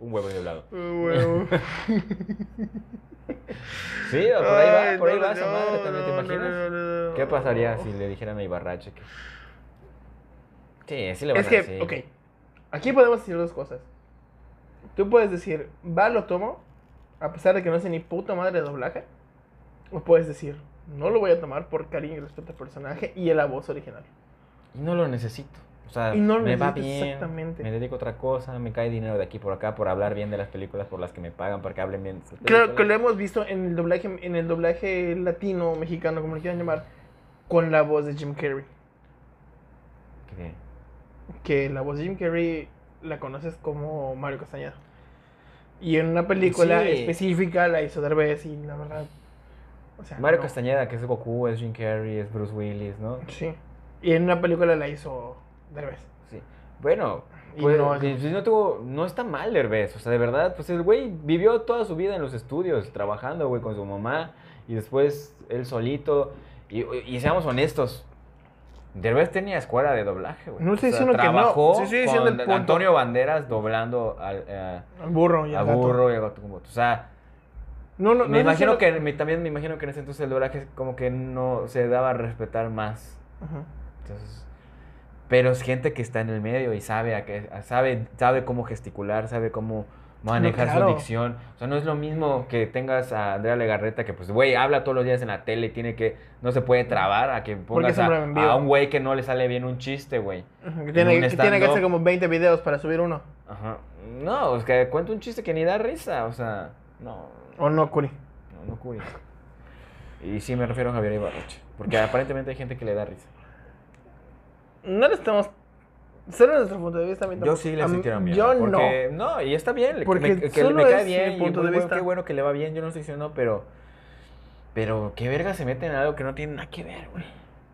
Speaker 4: Un huevo de lado.
Speaker 2: Huevo.
Speaker 4: Sí, por ahí
Speaker 2: Ay,
Speaker 4: va, por ahí
Speaker 2: no,
Speaker 4: va esa madre, también te
Speaker 2: no, no,
Speaker 4: imaginas.
Speaker 2: no, no, no.
Speaker 4: ¿Qué pasaría si le dijeran a Ibarrache que.? Sí, sí le van
Speaker 2: Es
Speaker 4: a
Speaker 2: que,
Speaker 4: decir.
Speaker 2: ok, aquí podemos decir dos cosas. Tú puedes decir, va, lo tomo, a pesar de que no sé ni puta madre de doblaje. O puedes decir, no lo voy a tomar por cariño y respeto al personaje y a la voz original.
Speaker 4: Y no lo necesito. O sea,
Speaker 2: Y no lo
Speaker 4: me va
Speaker 2: necesitas
Speaker 4: bien,
Speaker 2: exactamente.
Speaker 4: me dedico a otra cosa, me cae dinero de aquí por acá por hablar bien de las películas por las que me pagan, para que hablen bien. de sus
Speaker 2: Creo que lo
Speaker 4: películas.
Speaker 2: hemos visto en el doblaje, en el doblaje latino, mexicano, como lo quieran llamar, con la voz de Jim Carrey.
Speaker 4: Qué bien.
Speaker 2: Que la voz de Jim Carrey la conoces como Mario Castañeda. Y en una película
Speaker 4: Sí.
Speaker 2: específica la hizo Derbez y la verdad. O sea,
Speaker 4: Mario
Speaker 2: Ah, no.
Speaker 4: Castañeda, que es Goku, es Jim Carrey, es Bruce Willis, ¿no?
Speaker 2: Sí. Y en una película la hizo Derbez.
Speaker 4: Sí. Bueno,
Speaker 2: Y
Speaker 4: pues,
Speaker 2: no-
Speaker 4: pues, no tuvo- no está mal Derbez, o sea, de verdad, pues el güey vivió toda su vida en los estudios, trabajando, güey, con su mamá, y después él solito, y, y seamos honestos, Derbez tenía escuela de doblaje, güey.
Speaker 2: No estoy diciendo que no,
Speaker 4: trabajó
Speaker 2: sí estoy diciendo
Speaker 4: con
Speaker 2: el punto.
Speaker 4: Antonio Banderas doblando al, eh,
Speaker 2: Al burro y
Speaker 4: a
Speaker 2: al gato.
Speaker 4: Burro y a Gato con Botas, o sea...
Speaker 2: No, no,
Speaker 4: me
Speaker 2: no estoy
Speaker 4: imagino
Speaker 2: diciendo-
Speaker 4: que me- también me imagino que en ese entonces el doblaje como que no se daba a respetar más.
Speaker 2: Ajá.
Speaker 4: Entonces, pero es gente que está en el medio y sabe a qué- a- sabe, sabe cómo gesticular, sabe cómo manejar
Speaker 2: claro.
Speaker 4: su dicción. O sea, no es lo mismo que tengas a Andrea Legarreta que pues güey, habla todos los días en la tele y tiene que no se puede trabar a que pongas a,
Speaker 2: siempre en vivo.
Speaker 4: a un güey que no le sale bien un chiste, güey.
Speaker 2: Ajá, Que
Speaker 4: En
Speaker 2: tiene,
Speaker 4: un
Speaker 2: que tiene que
Speaker 4: stand-up.
Speaker 2: hacer como 20 videos para subir uno.
Speaker 4: Ajá. No, es que cuenta un chiste que ni da risa, o sea, no.
Speaker 2: O no, Curi.
Speaker 4: No, no cubrí. Y sí me refiero a Javier Ibarroche. Porque aparentemente hay gente que le da risa.
Speaker 2: No le estamos. Solo desde nuestro punto de vista. a mí
Speaker 4: Yo
Speaker 2: tampoco-
Speaker 4: sí le
Speaker 2: a mí-
Speaker 4: sintieron bien.
Speaker 2: Yo
Speaker 4: porque, no. y está bien.
Speaker 2: Porque
Speaker 4: Porque me, que
Speaker 2: solo
Speaker 4: me cae
Speaker 2: es mi
Speaker 4: bien. y
Speaker 2: punto de
Speaker 4: muy bueno,
Speaker 2: vista.
Speaker 4: Qué bueno que le va bien. Yo no estoy diciendo, pero. Pero qué verga se mete en algo que no tiene nada que ver, güey.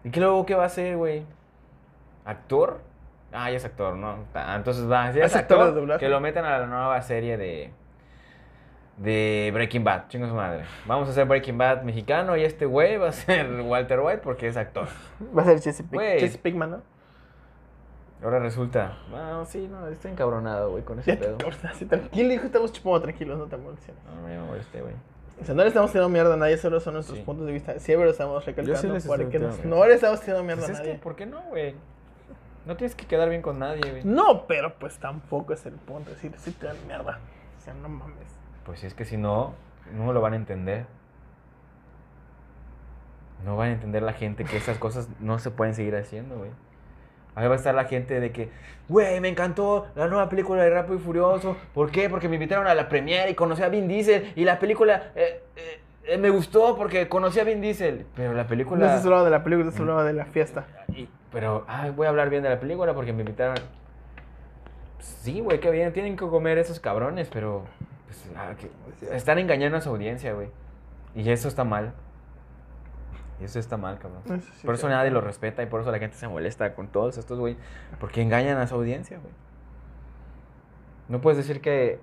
Speaker 4: ¿Y qué luego qué va a ser, güey? ¿Actor? Ah, ya es actor, ¿no? Ta- Entonces va, si
Speaker 2: Es
Speaker 4: es
Speaker 2: actor de
Speaker 4: actor,
Speaker 2: doblaje.
Speaker 4: que lo metan a la nueva serie de de Breaking Bad, chingo su madre. Vamos a hacer Breaking Bad mexicano y este güey va a ser Walter White porque es actor.
Speaker 2: no. Va a ser Chesapeake,
Speaker 4: Güey.
Speaker 2: Chesapeake Man, ¿no?
Speaker 4: Ahora resulta. Ah, sí, no, estoy encabronado, güey, con ese
Speaker 2: Ya
Speaker 4: pedo.
Speaker 2: te así tranquilo, hijo. Estamos chupando tranquilos, no te emociones.
Speaker 4: No, me llamó este, güey.
Speaker 2: O sea, no le estamos tirando mierda a nadie, solo son nuestros
Speaker 4: Sí.
Speaker 2: puntos de vista. Siempre lo estamos recalcando.
Speaker 1: les estoy
Speaker 2: para que
Speaker 1: tirando
Speaker 2: nos-
Speaker 1: mierda.
Speaker 2: no le estamos tirando mierda
Speaker 4: Pues
Speaker 2: a
Speaker 4: es
Speaker 2: nadie.
Speaker 4: que, ¿por qué no, güey? No tienes que quedar bien con nadie, güey.
Speaker 2: No, pero pues tampoco es el punto. Es decir, sí te dan mierda. O sea, no mames.
Speaker 4: Pues es que si no, no lo van a entender. No van a entender la gente que esas cosas no se pueden seguir haciendo, güey. Ahí va a estar la gente de que, güey, me encantó la nueva película de Rápido y Furioso. ¿Por qué? Porque me invitaron a la premiere y conocí a Vin Diesel. Y la película eh, eh, eh, me gustó porque conocí a Vin Diesel. Pero la película...
Speaker 2: No estás hablando de la película,
Speaker 4: Mm.
Speaker 2: estás hablando de la fiesta.
Speaker 4: Y- pero, ay, voy a hablar bien de la película porque me invitaron. Sí, güey, qué bien, tienen que comer esos cabrones, pero pues, ah, que- están engañando a su audiencia, güey. Y eso está mal. Y eso está mal, cabrón.
Speaker 2: Eso sí
Speaker 4: por eso
Speaker 2: está
Speaker 4: nadie lo respeta y por eso la gente se molesta con todos estos, güey, porque engañan a su audiencia, güey. No puedes decir que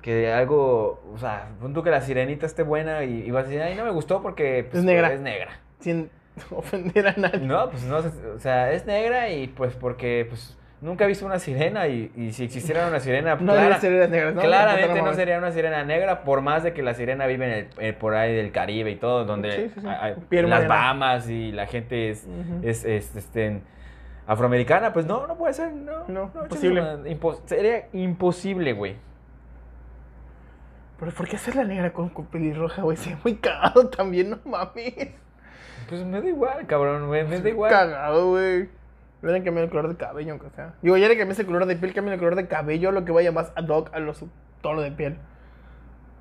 Speaker 4: que algo, o sea, pon tú que la sirenita esté buena y, y vas a decir, ay, no me gustó porque pues,
Speaker 2: negra.
Speaker 4: Es negra.
Speaker 2: Sin ofender a nadie.
Speaker 4: No, pues no, o sea, es negra y pues porque pues nunca he visto una sirena y, y si existiera una sirena,
Speaker 2: No
Speaker 4: clara-
Speaker 2: las series negras, ¿no?
Speaker 4: claramente no
Speaker 2: mames.
Speaker 4: sería una sirena negra, por más de que la sirena vive en el- eh, por ahí del Caribe y todo, donde
Speaker 2: Sí, sí, sí.
Speaker 4: hay- hay
Speaker 2: Piel
Speaker 4: las
Speaker 2: morena.
Speaker 4: Bahamas y la gente es,
Speaker 2: Ujú.
Speaker 4: es, es, este, afroamericana, pues no, no puede ser, no,
Speaker 2: No,
Speaker 4: chingas,
Speaker 2: imposible.
Speaker 4: man, impo- sería imposible, güey.
Speaker 2: Pero ¿por qué hacer la negra con, con pelirroja, güey? Se ve muy cagado también, no mames.
Speaker 4: Pues me da igual, cabrón, güey, me da igual.
Speaker 2: Cagado, güey. Le hubieran cambiado el color de cabello, aunque sea. Digo, ya le cambiaste el color de piel, cambia el color de cabello, lo que vaya más ad hoc a los tono de piel.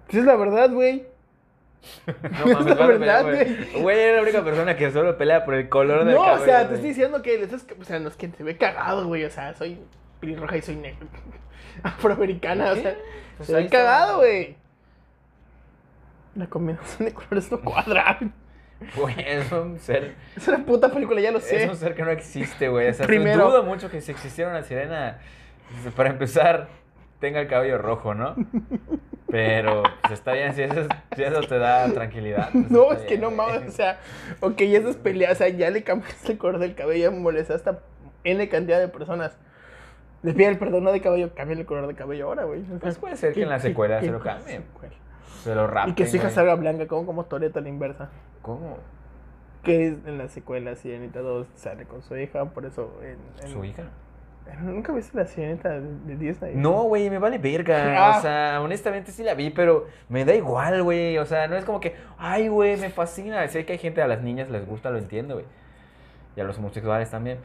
Speaker 2: Si es la verdad, güey.
Speaker 4: No mames,
Speaker 2: Es
Speaker 4: vas
Speaker 2: la
Speaker 4: a pelear,
Speaker 2: verdad,
Speaker 4: güey. Güey, eres la única persona que solo pelea por el color del
Speaker 2: No,
Speaker 4: cabello.
Speaker 2: o sea, te
Speaker 4: güey.
Speaker 2: estoy diciendo que le estás ca- o sea, no es que te ve cagado, güey. O sea, soy pelirroja y soy negro. Afroamericana, o
Speaker 4: ¿Qué?
Speaker 2: sea.
Speaker 4: Pues
Speaker 2: se
Speaker 4: ahí
Speaker 2: ve
Speaker 4: está.
Speaker 2: cagado, güey. La combinación de colores no cuadra.
Speaker 4: Güey, Pues, es un ser,
Speaker 2: Es una puta película, ya lo sé.
Speaker 4: es un ser que no existe, güey. O sea,
Speaker 2: Primero.
Speaker 4: dudo mucho que si existiera una sirena, para empezar, tenga el cabello rojo, ¿no? Pero pues, está bien, si eso, si eso te da tranquilidad. pues,
Speaker 2: No,
Speaker 4: está
Speaker 2: es que
Speaker 4: bien,
Speaker 2: no
Speaker 4: güey.
Speaker 2: mames, o sea, ok, ya estás peleando, o sea, ya le cambiaste el color del cabello, ya molestaste a N cantidad de personas. Le piden el perdón, no de cabello, cambia el color de cabello ahora, güey. O sea,
Speaker 4: Pues puede ser que
Speaker 2: ¿qué-
Speaker 4: en la
Speaker 2: qué-
Speaker 4: secuela
Speaker 2: qué
Speaker 4: se lo
Speaker 2: cosa
Speaker 4: cambien.
Speaker 2: secuela?
Speaker 4: Se lo rapen,
Speaker 2: Y que su hija
Speaker 4: güey.
Speaker 2: salga blanca, como, como Toreto a la inversa.
Speaker 4: ¿Cómo?
Speaker 2: Que es en la secuela Sirenita 2 sale con su hija, por eso. En, en-
Speaker 4: ¿Su hija?
Speaker 2: ¿Nunca viste la Sirenita de, de Disney?
Speaker 4: No, güey, me vale verga.
Speaker 2: Ah.
Speaker 4: O sea, honestamente sí la vi, pero me da igual, güey. O sea, no es como que, ay, güey, me fascina. Sé que hay gente, a las niñas les gusta, lo entiendo, güey. Y a los homosexuales también.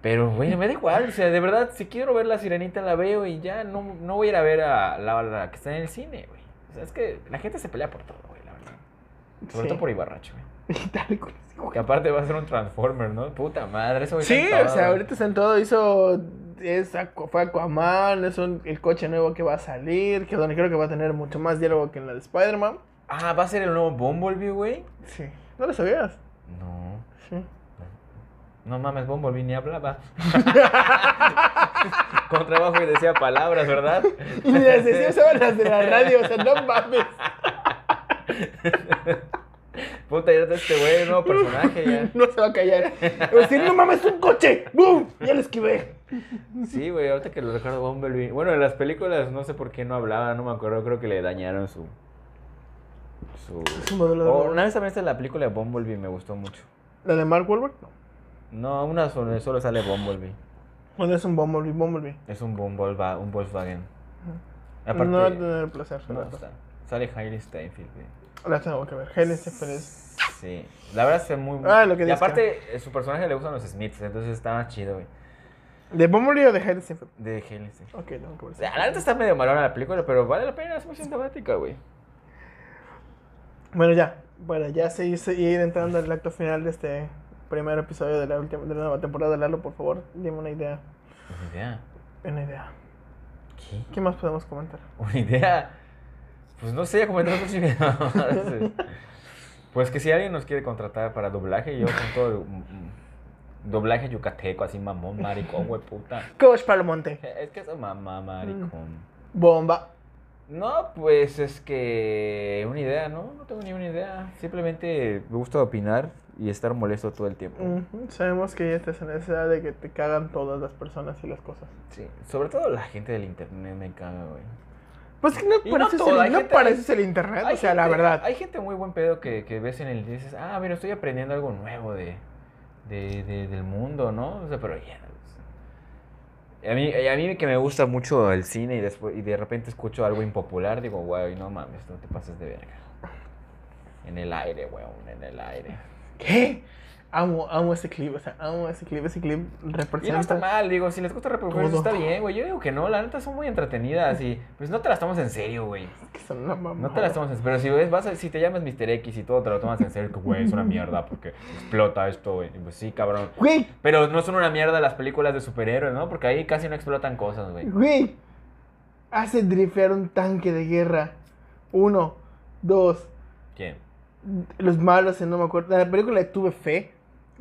Speaker 4: Pero, güey, me da igual. O sea, de verdad, si quiero ver la sirenita, la veo y ya no, no voy a ir a ver a la, la que está en el cine, güey. O sea, es que la gente se pelea por todo, güey, la verdad. Sobre
Speaker 2: Sí.
Speaker 4: todo por Ibarracho, güey.
Speaker 2: Y tal, güey, sí, güey.
Speaker 4: Que aparte va a ser un Transformer, ¿no? Puta madre, eso
Speaker 2: Sí, o sea, ahorita está en todo. Hizo. Es, Aqu- fue Aquaman, es un- el coche nuevo que va a salir. Que donde creo que va a tener mucho más diálogo que en la de Spider-Man.
Speaker 4: Ah, ¿va a ser el nuevo Bumblebee, güey?
Speaker 2: Sí. ¿No lo sabías?
Speaker 4: No.
Speaker 2: Sí.
Speaker 4: No mames, Bumblebee ni hablaba. Con trabajo y decía palabras, ¿verdad?
Speaker 2: Y las de sí usaban las de la radio, o sea, no mames.
Speaker 4: Puta, ya está este güey, nuevo personaje ya.
Speaker 2: No se va a callar. Va a decir, no mames, un coche. ¡Bum! Ya lo esquivé.
Speaker 4: Sí, güey, ahorita que lo recuerdo Bumblebee. Bueno, en las películas no sé por qué no hablaba, no me acuerdo, creo que le dañaron su. Su.
Speaker 2: Su modelo de
Speaker 4: Oh,
Speaker 2: voz.
Speaker 4: una vez también está la película de Bumblebee, me gustó mucho.
Speaker 2: ¿La de Mark Wahlberg? No.
Speaker 4: No, una solo, solo sale Bumblebee.
Speaker 2: Bueno, es un Bumblebee, Bumblebee.
Speaker 4: Es un, Bumbleba- un Volkswagen. Aparte,
Speaker 2: no va a tener el placer.
Speaker 4: no,
Speaker 2: la
Speaker 4: está- sale Hailey Steinfeld, güey.
Speaker 2: La tengo que ver. Genesis Pérez.
Speaker 4: Sí, la verdad es muy.
Speaker 2: este Ah, lo que
Speaker 4: y
Speaker 2: dices,
Speaker 4: aparte, eh, su personaje le gustan los Smiths, entonces estaba chido, güey.
Speaker 2: ¿De Bumblebee o de Genesis Pérez?
Speaker 4: De Hailey Steinfeld.
Speaker 2: Ok, tengo que ver.
Speaker 4: O sea, Ah, la neta está medio malona la película, pero vale la pena, es muy sintomática, güey.
Speaker 2: Bueno, ya. Bueno, ya se hizo ir entrando al acto final de este primer episodio de la, última, de la nueva temporada. Lalo, por favor, dime una idea.
Speaker 4: Una idea.
Speaker 2: Una idea.
Speaker 4: ¿Qué?
Speaker 2: ¿Qué más podemos comentar?
Speaker 4: Una idea. Pues no sé, como entramos sin ideas. Pues que si alguien nos quiere contratar para doblaje, yo con todo. el- mm, mm, doblaje yucateco, así mamón, maricón, güey, puta.
Speaker 2: Coach Palomonte.
Speaker 4: Es que eso mamá,
Speaker 2: Mm.
Speaker 4: maricón.
Speaker 2: Bomba.
Speaker 4: No, pues es que una idea, ¿no? No tengo ni una idea. Simplemente me gusta opinar y estar molesto todo el tiempo.
Speaker 2: Ujú, Sabemos que ya estás en esa edad de que te cagan todas las personas y las cosas.
Speaker 4: Sí. Sobre todo la gente del internet me caga, güey.
Speaker 2: Pues que no
Speaker 4: Y no
Speaker 2: pareces,
Speaker 4: todo, hay
Speaker 2: el, no
Speaker 4: gente-
Speaker 2: pareces el internet,
Speaker 4: Hay
Speaker 2: o sea, la
Speaker 4: gente-
Speaker 2: verdad.
Speaker 4: Hay gente muy buen pedo que, que ves en el y dices, ah, mira, estoy aprendiendo algo nuevo de, de- de- del mundo, ¿no? O sea, pero ya. o sea. A mí, a mí que me gusta mucho el cine y, después, y de repente escucho algo impopular, digo, güey, no mames, no te pases de verga. En el aire, weón, en el aire.
Speaker 2: ¿Qué? Amo, amo ese clip, o sea, amo ese clip, ese clip
Speaker 4: Y no está
Speaker 2: representa.
Speaker 4: mal, digo, si les gusta reproducir eso
Speaker 2: Todo.
Speaker 4: está bien, güey. Yo digo que no, la neta son muy entretenidas y pues no te las tomas en serio, güey.
Speaker 2: que son una
Speaker 4: No
Speaker 2: mamada.
Speaker 4: te las tomas en serio. Pero si, ves, vas a- si te llamas Mr. X y todo te lo tomas en serio, que güey, es una mierda porque explota esto, güey. Y Pues sí, cabrón.
Speaker 2: Güey,
Speaker 4: Pero no son una mierda las películas de superhéroes, ¿no? Porque ahí casi no explotan cosas, güey.
Speaker 2: güey. Hace drifear un tanque de guerra. Uno, dos.
Speaker 4: ¿Quién?
Speaker 2: Los malos, eh, no me acuerdo. La película de Tuve Fe.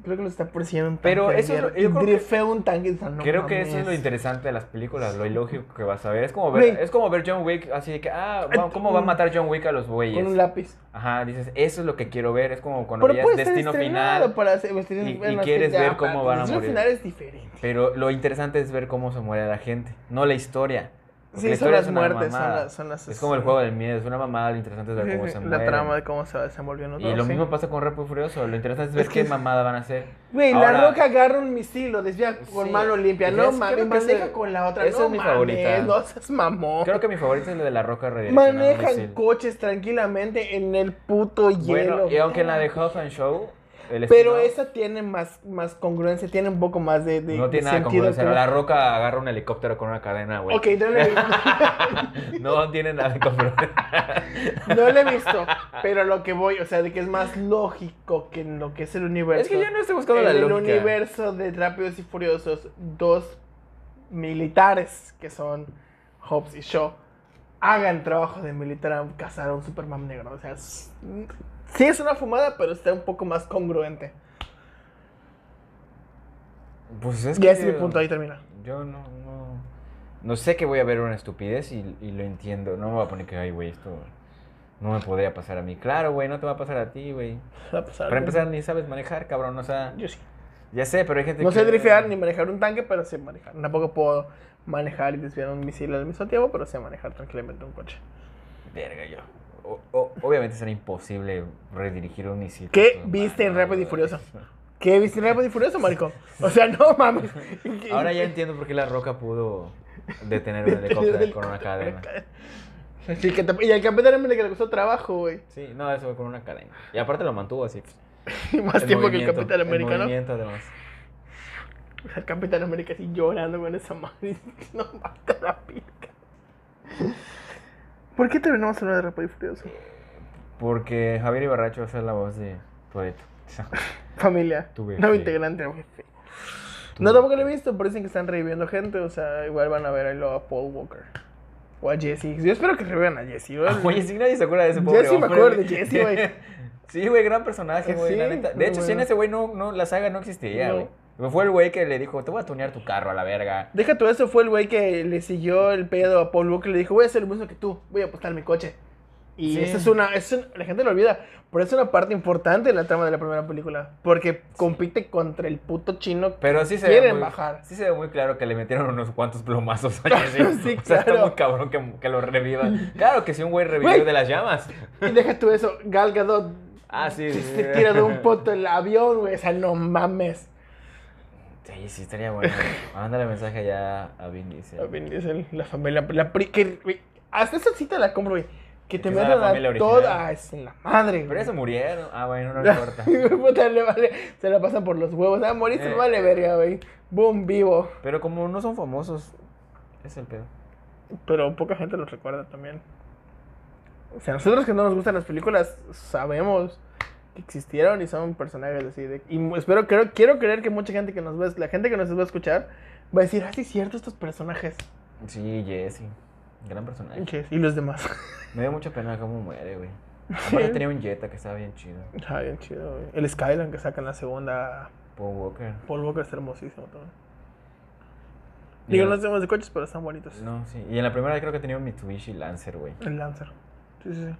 Speaker 2: Creo que lo está persiguiendo un tanque.
Speaker 4: Pero
Speaker 2: de
Speaker 4: eso es lo-
Speaker 2: guerra,
Speaker 4: yo
Speaker 2: y
Speaker 4: creo que-
Speaker 2: drifea un tanque. o sea, no
Speaker 4: Creo que eso es
Speaker 2: mames.
Speaker 4: lo interesante de las películas, lo ilógico que vas a ver. Es como ver,
Speaker 2: Güey.
Speaker 4: es como ver John Wick, así de que, ah, bueno, ¿cómo va a matar John Wick a los
Speaker 2: Con un
Speaker 4: güeyes?
Speaker 2: lápiz.
Speaker 4: Ajá, dices, eso es lo que quiero ver. Es como cuando
Speaker 2: Pero
Speaker 4: veías
Speaker 2: puede estar
Speaker 4: Destino
Speaker 2: estrenado
Speaker 4: Final.
Speaker 2: para hacer- pues, Destino
Speaker 4: y-
Speaker 2: Final,
Speaker 4: y
Speaker 2: no,
Speaker 4: quieres
Speaker 2: ya,
Speaker 4: ver cómo
Speaker 2: para-
Speaker 4: van a
Speaker 2: Destino
Speaker 4: morir.
Speaker 2: Final es diferente.
Speaker 4: Pero lo interesante es ver cómo se muere la gente, no la historia. Porque
Speaker 2: Sí,
Speaker 4: la
Speaker 2: son
Speaker 4: historia
Speaker 2: las
Speaker 4: es una
Speaker 2: muertes, son
Speaker 4: mamada.
Speaker 2: las, son las...
Speaker 4: Es como el juego del miedo, es una mamada, lo interesante es ver cómo se muere.
Speaker 2: La trama de cómo se va desenvolviendo
Speaker 4: Y
Speaker 2: todo,
Speaker 4: lo
Speaker 2: sí.
Speaker 4: mismo pasa con Rápido y Furioso, lo interesante es
Speaker 2: Es
Speaker 4: ver
Speaker 2: que-
Speaker 4: qué mamada van a hacer.
Speaker 2: Güey,
Speaker 4: Ahora-
Speaker 2: la roca agarra un misil, lo desvía con
Speaker 4: Sí.
Speaker 2: mano limpia.
Speaker 4: Y
Speaker 2: No
Speaker 4: es-
Speaker 2: mames,
Speaker 4: creo que
Speaker 2: maneja
Speaker 4: ese-
Speaker 2: con la otra.
Speaker 4: esa
Speaker 2: no
Speaker 4: es mi
Speaker 2: mames,
Speaker 4: favorita.
Speaker 2: No seas mamón.
Speaker 4: Creo que mi favorito es el de la roca redireccionada.
Speaker 2: Oh. Manejan coches tranquilamente en el puto hielo.
Speaker 4: Bueno, y aunque en la de Huff and Show, el
Speaker 2: Pero
Speaker 4: spin-off,
Speaker 2: esa tiene más, más congruencia, tiene un poco más de, de-
Speaker 4: no
Speaker 2: de
Speaker 4: tiene nada
Speaker 2: sentido.
Speaker 4: congruente.
Speaker 2: como-
Speaker 4: La roca agarra un helicóptero con una cadena, güey.
Speaker 2: Ok, no lo he visto.
Speaker 4: no tiene nada de congruente.
Speaker 2: No lo he visto, pero a lo que voy, o sea, de que es más lógico que en lo que es el universo.
Speaker 4: es que yo no estoy buscando
Speaker 2: en
Speaker 4: la
Speaker 2: Pues el
Speaker 4: lógica.
Speaker 2: universo de Rápidos y Furiosos, dos militares que son Hobbs y Shaw hagan trabajo de militar a cazar a un Superman negro. O sea, es- sí es una fumada, pero está un poco más congruente.
Speaker 4: Pues es
Speaker 2: y
Speaker 4: que-
Speaker 2: ese es mi punto, ahí termina.
Speaker 4: Yo no, no. No sé que voy a ver una estupidez y, y lo entiendo. No me voy a poner que, ay, güey, esto no me podría pasar a mí. Claro, güey, no te va a pasar a ti, güey.
Speaker 2: Va a pasar
Speaker 4: Para
Speaker 2: bien.
Speaker 4: empezar, ni sabes manejar, cabrón. O sea,
Speaker 2: pues, Yo sí.
Speaker 4: ya sé, pero hay gente
Speaker 2: No
Speaker 4: que.
Speaker 2: sé drifear ni manejar un tanque, pero sé manejar. Tampoco puedo manejar y desviar un misil al mismo tiempo, pero sé manejar tranquilamente un coche.
Speaker 4: Verga, yo. O- o- obviamente será imposible redirigir un misil. con
Speaker 2: ¿Qué
Speaker 4: tus
Speaker 2: viste en
Speaker 4: manos,
Speaker 2: Rápido y
Speaker 4: güey.
Speaker 2: Furioso? ¿Qué viste en Rápido y Furioso, maricón? O sea, no mames.
Speaker 4: Ahora ya entiendo por qué la roca pudo detener un
Speaker 2: Detener
Speaker 4: helicóptero
Speaker 2: el
Speaker 4: con una cadena.
Speaker 2: Sí, que te- y al capitán América le costó trabajo, güey.
Speaker 4: Sí, no, eso fue con una cadena. Y aparte lo mantuvo así. pues,
Speaker 2: Más
Speaker 4: El
Speaker 2: tiempo que el
Speaker 4: movimiento,
Speaker 2: capitán
Speaker 4: el
Speaker 2: América, ¿no?
Speaker 4: movimiento, además.
Speaker 2: El Capitán América así llorando con esa madre. No mata la pica. ¿Por qué terminamos hablando de Rápido y Furioso?
Speaker 4: Porque Javier Ibarracho hace la voz de Toreto.
Speaker 2: Familia.
Speaker 4: Tuve
Speaker 2: Nuevo
Speaker 4: fe.
Speaker 2: integrante, güey. No, tampoco lo he visto, pero dicen que están reviviendo gente. O sea, igual van a ver ahí luego a Paul Walker. O a Jesse. Yo espero que revivan a Jesse. güey.
Speaker 4: Oye, sí, nadie se acuerda de ese pobre
Speaker 2: Jesse me
Speaker 4: hombre,
Speaker 2: acuerdo de
Speaker 4: güey.
Speaker 2: Jesse, güey.
Speaker 4: Sí, güey, gran personaje,
Speaker 2: Eh,
Speaker 4: güey,
Speaker 2: sí,
Speaker 4: la neta. De
Speaker 2: pero
Speaker 4: hecho, sin
Speaker 2: bueno.
Speaker 4: ese güey no, no, la saga no existía,
Speaker 2: No.
Speaker 4: güey. Fue el güey que le dijo, te voy a tunear tu carro a la verga.
Speaker 2: Deja tú eso, fue el güey que le siguió el pedo a Paul Walker y le dijo, voy a hacer lo mismo que tú, voy a apostar mi coche. Y
Speaker 4: Sí.
Speaker 2: esa es una, es un- la gente lo olvida, pero es una parte importante de la trama de la primera película, porque compite contra el puto chino.
Speaker 4: Pero sí se
Speaker 2: Quieren
Speaker 4: ve muy,
Speaker 2: bajar.
Speaker 4: Sí se ve muy claro que le metieron unos cuantos plomazos a Jesse.
Speaker 2: Sí,
Speaker 4: O sea, está
Speaker 2: claro.
Speaker 4: muy cabrón que, que lo revivan. Claro que sí, un güey revivió
Speaker 2: Güey.
Speaker 4: de las llamas.
Speaker 2: Y deja tú eso, Gal Gadot
Speaker 4: Ah, sí.
Speaker 2: se tira de un poto el avión, güey, o sea, no mames.
Speaker 4: Sí, sí, estaría bueno. Mándale mensaje ya a Vin Diesel.
Speaker 2: A Vin Diesel, la familia, la pri- que, güey, hasta esa cita la compro, güey, que te
Speaker 4: Que sea la
Speaker 2: metan
Speaker 4: familia
Speaker 2: a
Speaker 4: original.
Speaker 2: toda, es la madre, güey.
Speaker 4: Pero ya se murieron. Ah, bueno, no importa.
Speaker 2: Puta, le vale- se la pasan por los huevos. Ah, moriste,
Speaker 4: Eh.
Speaker 2: vale verga, güey. Boom, vivo.
Speaker 4: Pero como no son famosos, es el pedo.
Speaker 2: Pero poca gente los recuerda también. O sea, nosotros que no nos gustan las películas, sabemos que existieron y son personajes así. de- y mu- espero, creo, quiero creer que mucha gente que nos ve, la gente que nos va a escuchar, va a decir, ah, sí, es cierto, estos personajes.
Speaker 4: Sí, Jesse. Gran personaje.
Speaker 2: Yes, Y los demás.
Speaker 4: Me dio mucha pena cómo muere, güey. Aparte tenía un Jetta que estaba bien chido.
Speaker 2: Está bien chido, güey. El Skyland que sacan la segunda.
Speaker 4: Paul Walker.
Speaker 2: Paul Walker está hermosísimo también.
Speaker 4: Y
Speaker 2: Digo,
Speaker 4: en-
Speaker 2: no sabemos de coches, pero están bonitos.
Speaker 4: No, sí. Y en la primera creo que tenía un Mitsubishi Lancer, güey.
Speaker 2: El Lancer. Sí, sí, sí.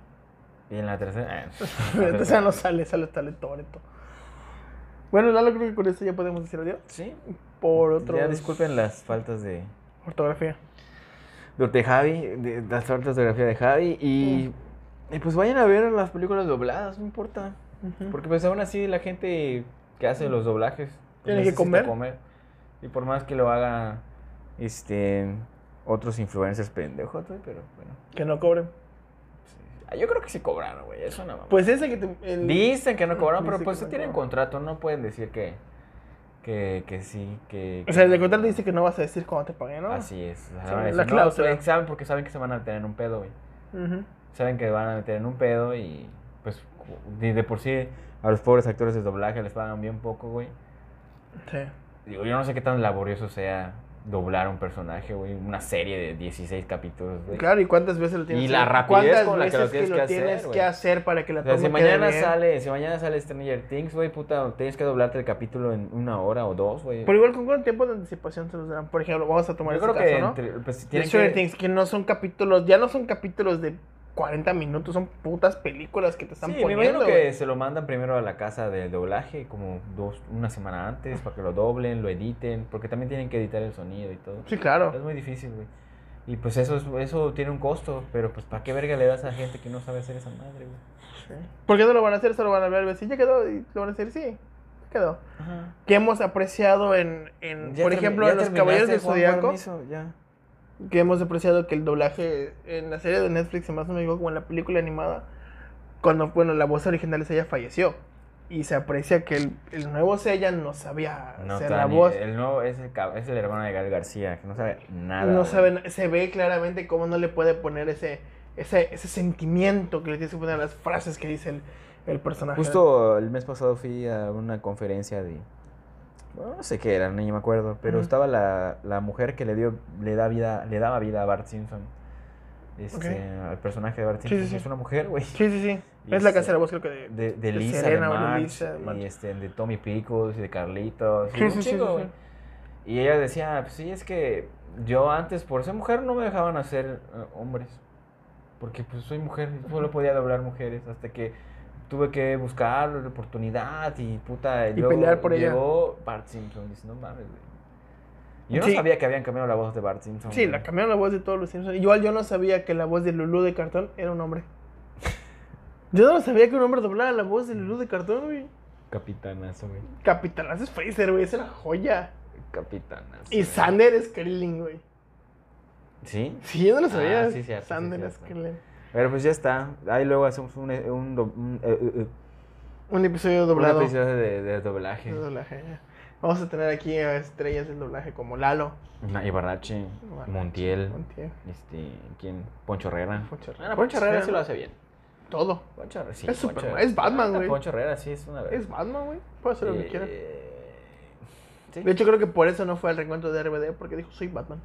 Speaker 4: Y en la tercera... eh, la
Speaker 2: Entonces ya no sale, sale tal el Toreto. Bueno, Lalo, creo que con esto ya podemos decir adiós.
Speaker 4: Sí.
Speaker 2: Por otro.
Speaker 4: Ya disculpen las faltas de...
Speaker 2: Ortografía.
Speaker 4: De, de Javi, de, las faltas de ortografía de Javi. Y, y pues vayan a ver las películas dobladas, no importa. Porque pues aún así la gente que hace los doblajes pues,
Speaker 2: Tiene que
Speaker 4: necesita
Speaker 2: comer.
Speaker 4: Y por más que lo haga este otros influencers pendejos, güey, pero bueno.
Speaker 2: Que no cobren.
Speaker 4: sí. Ah, Yo creo que sí cobraron, güey. Eso no
Speaker 2: Pues ese que te. el-
Speaker 4: Dicen que no cobraron, pero
Speaker 2: Dice
Speaker 4: pues
Speaker 2: que
Speaker 4: sí
Speaker 2: no
Speaker 4: tienen
Speaker 2: cobraron.
Speaker 4: contrato, no pueden decir que que, que sí, que,
Speaker 2: O sea,
Speaker 4: que-
Speaker 2: el contrato dice que no vas a decir cuándo te pagué, ¿no?
Speaker 4: Así es. o sea,
Speaker 2: Sí,
Speaker 4: van a
Speaker 2: la
Speaker 4: decir, "No,
Speaker 2: cláusula".
Speaker 4: pues, saben porque saben que se van a meter en un pedo, güey.
Speaker 2: Ujú.
Speaker 4: saben que van a meter en un pedo y pues de, de por sí a los pobres actores de doblaje les pagan bien poco, güey.
Speaker 2: Sí.
Speaker 4: Digo, yo no sé qué tan laborioso sea doblar un personaje, güey, una serie de 16 capítulos, güey.
Speaker 2: Claro, ¿y cuántas veces lo tienes
Speaker 4: Y
Speaker 2: que-
Speaker 4: la rapidez
Speaker 2: ¿Cuántas
Speaker 4: con la que
Speaker 2: veces
Speaker 4: lo tienes que hacer,
Speaker 2: tienes
Speaker 4: güey?
Speaker 2: que hacer para que la
Speaker 4: O sea,
Speaker 2: toma
Speaker 4: si mañana sale, si mañana sale Stranger Things, güey, puta, tienes que doblarte el capítulo en una hora o dos, güey.
Speaker 2: Pero igual, ¿con cuánto tiempo de anticipación se los darán? Por ejemplo, vamos a
Speaker 4: yo
Speaker 2: tomar este
Speaker 4: creo
Speaker 2: caso,
Speaker 4: que
Speaker 2: ¿no?
Speaker 4: entre- pues, si
Speaker 2: De
Speaker 4: tienen
Speaker 2: Stranger
Speaker 4: que-
Speaker 2: Things, que no son capítulos, ya no son capítulos de 40 minutos, son putas películas que te están
Speaker 4: Sí, me
Speaker 2: poniendo.
Speaker 4: imagino
Speaker 2: güey.
Speaker 4: que se lo mandan primero a la casa del doblaje, como dos, una semana antes, para que lo doblen, lo editen, porque también tienen que editar el sonido y todo.
Speaker 2: Sí, claro.
Speaker 4: Es muy difícil, güey. Y pues eso, es- eso tiene un costo, pero pues ¿para qué verga le das a gente que no sabe hacer esa madre, güey?
Speaker 2: ¿Por qué no lo van a hacer? Solo van a ver, si ya quedó, y lo van a decir, sí, quedó.
Speaker 4: Ajá.
Speaker 2: Que hemos apreciado en, en por ejemplo, en Los Caballeros del Zodiaco,
Speaker 4: Ya.
Speaker 2: que hemos apreciado que el doblaje en la serie de Netflix, más no me digo, como en la película animada, cuando, bueno, la voz original de Seiya falleció. Y se aprecia que el, el nuevo Seiya no sabía
Speaker 4: No,
Speaker 2: hacer
Speaker 4: está
Speaker 2: la
Speaker 4: ni-
Speaker 2: voz.
Speaker 4: El nuevo es el, cab- es el hermano de Gal García, que no sabe nada.
Speaker 2: no
Speaker 4: güey.
Speaker 2: saben, se ve claramente cómo no le puede poner ese, ese, ese sentimiento que le tienes que poner a las frases que dice el, el personaje.
Speaker 4: Justo el mes pasado fui a una conferencia de. bueno, no sé qué era, ni me acuerdo. Pero
Speaker 2: Ujú.
Speaker 4: estaba la, la mujer que le dio, le da vida, le daba vida a Bart Simpson. Este,
Speaker 2: Ok.
Speaker 4: al personaje de Bart
Speaker 2: Sí,
Speaker 4: Simpson.
Speaker 2: sí, sí.
Speaker 4: Es una mujer, güey.
Speaker 2: Sí, sí, sí.
Speaker 4: Y
Speaker 2: Es la
Speaker 4: este-
Speaker 2: que hace la voz, creo que de.
Speaker 4: De, de
Speaker 2: De
Speaker 4: Lisa,
Speaker 2: Selena,
Speaker 4: de
Speaker 2: bueno,
Speaker 4: Max,
Speaker 2: Lisa, Max.
Speaker 4: y este, de Tommy Pickles, y de Carlitos, y
Speaker 2: Sí,
Speaker 4: un
Speaker 2: sí, sí,
Speaker 4: chingo,
Speaker 2: sí,
Speaker 4: güey.
Speaker 2: sí.
Speaker 4: Y ella decía, pues sí, es que yo antes, por ser mujer, no me dejaban hacer eh, hombres. Porque pues soy mujer, y solo podía doblar mujeres hasta que tuve que buscar la oportunidad y puta.
Speaker 2: Y pelear por ella.
Speaker 4: llegó Bart Simpson, dice, no mames, güey. Yo no
Speaker 2: Sí.
Speaker 4: sabía que habían cambiado la voz de Bart Simpson.
Speaker 2: Sí,
Speaker 4: güey.
Speaker 2: la cambiaron la voz de todos los Simpsons. Igual yo no sabía que la voz de Lulú de cartón era un hombre. Yo no sabía que un hombre doblara la voz de Lulú de cartón, güey.
Speaker 4: Capitanazo, güey.
Speaker 2: Capitanazo es Fraser, güey. Esa era joya.
Speaker 4: Capitanazo.
Speaker 2: Y
Speaker 4: güey.
Speaker 2: Sander es Krillin, güey.
Speaker 4: Sí.
Speaker 2: Sí, yo no lo
Speaker 4: Ah,
Speaker 2: sabía.
Speaker 4: sí, cierto, sí,
Speaker 2: Sander es
Speaker 4: cierto.
Speaker 2: Krillin.
Speaker 4: Pero pues ya está. Ahí luego hacemos un, un, do- un- eh, eh, eh,
Speaker 2: Un episodio
Speaker 4: Un
Speaker 2: doblado.
Speaker 4: episodio de, de doblaje.
Speaker 2: De doblaje, ya. Vamos a tener aquí a estrellas del doblaje como Lalo.
Speaker 4: Na- Ibarrache,
Speaker 2: Ibarrache,
Speaker 4: Montiel,
Speaker 2: Montiel.
Speaker 4: este, ¿quién? Poncho Herrera.
Speaker 2: Poncho Herrera.
Speaker 4: Ah, Poncho Herrera sí lo hace bien.
Speaker 2: Todo.
Speaker 4: Poncho Herrera, sí.
Speaker 2: Es
Speaker 4: Poncho
Speaker 2: Superman,
Speaker 4: Herrera.
Speaker 2: es Batman,
Speaker 4: Ah,
Speaker 2: güey.
Speaker 4: Poncho Herrera sí es una verga.
Speaker 2: Es Batman, güey. Puede hacer lo que quiera.
Speaker 4: Eh, sí.
Speaker 2: De hecho, creo que por eso no fue al reencuentro de RBD, porque dijo, soy Batman.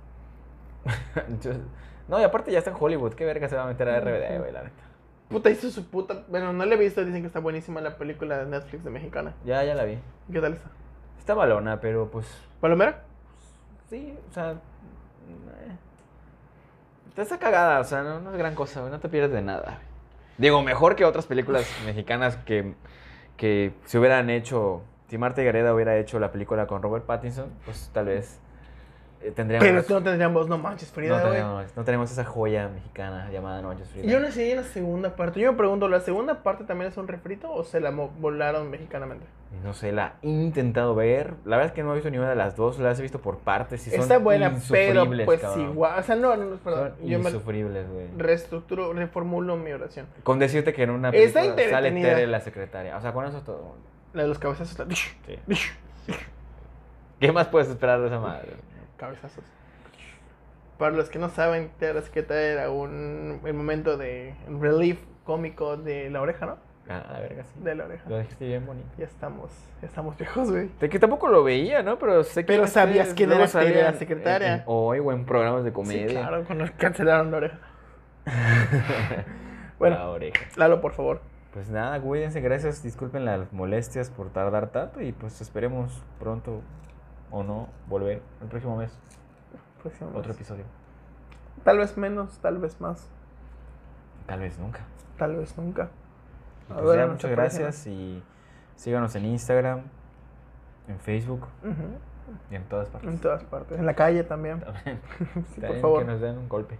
Speaker 4: Entonces, no, y aparte ya está en Hollywood. ¿Qué verga se va a meter a RBD, güey, la neta?
Speaker 2: Puta, hizo su puta... Bueno, no la he visto, dicen que está buenísima la película de Netflix de Mexicana.
Speaker 4: Ya, ya la vi.
Speaker 2: ¿Qué tal está?
Speaker 4: Está balona, pero pues.
Speaker 2: ¿Palomera?
Speaker 4: Sí, o sea. eh. Está esa cagada, o sea, no, no es gran cosa, güey. No te pierdes de nada. güey. Digo, mejor que otras películas mexicanas que, que se hubieran hecho. Si Marta Gareda hubiera hecho la película con Robert Pattinson, pues tal vez eh, tendríamos.
Speaker 2: Pero tú no tendrían voz, no manches,
Speaker 4: no,
Speaker 2: Frida, güey.
Speaker 4: tenemos, no tenemos esa joya mexicana llamada Noches Frida.
Speaker 2: Y aún así en la segunda parte. Yo me pregunto, ¿la segunda parte también es un refrito o se la mo- volaron mexicanamente?
Speaker 4: No sé, la he intentado ver. La verdad es que no he visto ninguna de las dos. Las he visto por partes. Y son
Speaker 2: Está buena, pero
Speaker 4: insufribles,
Speaker 2: pues
Speaker 4: cabrón.
Speaker 2: igual. O sea, no, no, perdón.
Speaker 4: Son
Speaker 2: Yo me
Speaker 4: insufribles, güey.
Speaker 2: reestructuro, reformulo mi oración.
Speaker 4: Con decirte que en una
Speaker 2: Está
Speaker 4: película sale
Speaker 2: entretenida.
Speaker 4: Tere la secretaria. O sea, con eso es todo.
Speaker 2: La de los cabezazos, la...
Speaker 4: Sí. ¿Qué más puedes esperar de esa madre?
Speaker 2: Cabezazos. Para los que no saben, Tierra Secreta era un el momento de relief cómico de la oreja, ¿no?
Speaker 4: Ah, la verga, sí.
Speaker 2: De la oreja.
Speaker 4: Lo dijiste bien bonito.
Speaker 2: Ya estamos, ya estamos viejos, güey.
Speaker 4: De que tampoco lo veía, ¿no? Pero sé que...
Speaker 2: Pero
Speaker 4: las
Speaker 2: sabías
Speaker 4: series
Speaker 2: quién era
Speaker 4: luego
Speaker 2: Tere la
Speaker 4: salían en-
Speaker 2: secretaria.
Speaker 4: en Hoy o en programas de comedia.
Speaker 2: Sí, claro, cuando cancelaron la oreja. Bueno.
Speaker 4: La oreja.
Speaker 2: Lalo, por favor.
Speaker 4: Pues nada, cuídense, gracias, disculpen las molestias por tardar tanto y pues esperemos pronto o no volver el próximo mes,
Speaker 2: Próximo
Speaker 4: otro
Speaker 2: mes.
Speaker 4: episodio.
Speaker 2: Tal vez menos, tal vez más,
Speaker 4: Tal vez nunca.
Speaker 2: tal vez nunca.
Speaker 4: Y
Speaker 2: A
Speaker 4: pues
Speaker 2: ver,
Speaker 4: ya,
Speaker 2: en
Speaker 4: muchas
Speaker 2: nuestra página.
Speaker 4: gracias y síganos en Instagram, en Facebook
Speaker 2: Ujú,
Speaker 4: y en todas partes.
Speaker 2: En todas partes. En la calle también.
Speaker 4: También,
Speaker 2: Sí,
Speaker 4: también
Speaker 2: por favor.
Speaker 4: que nos den un golpe.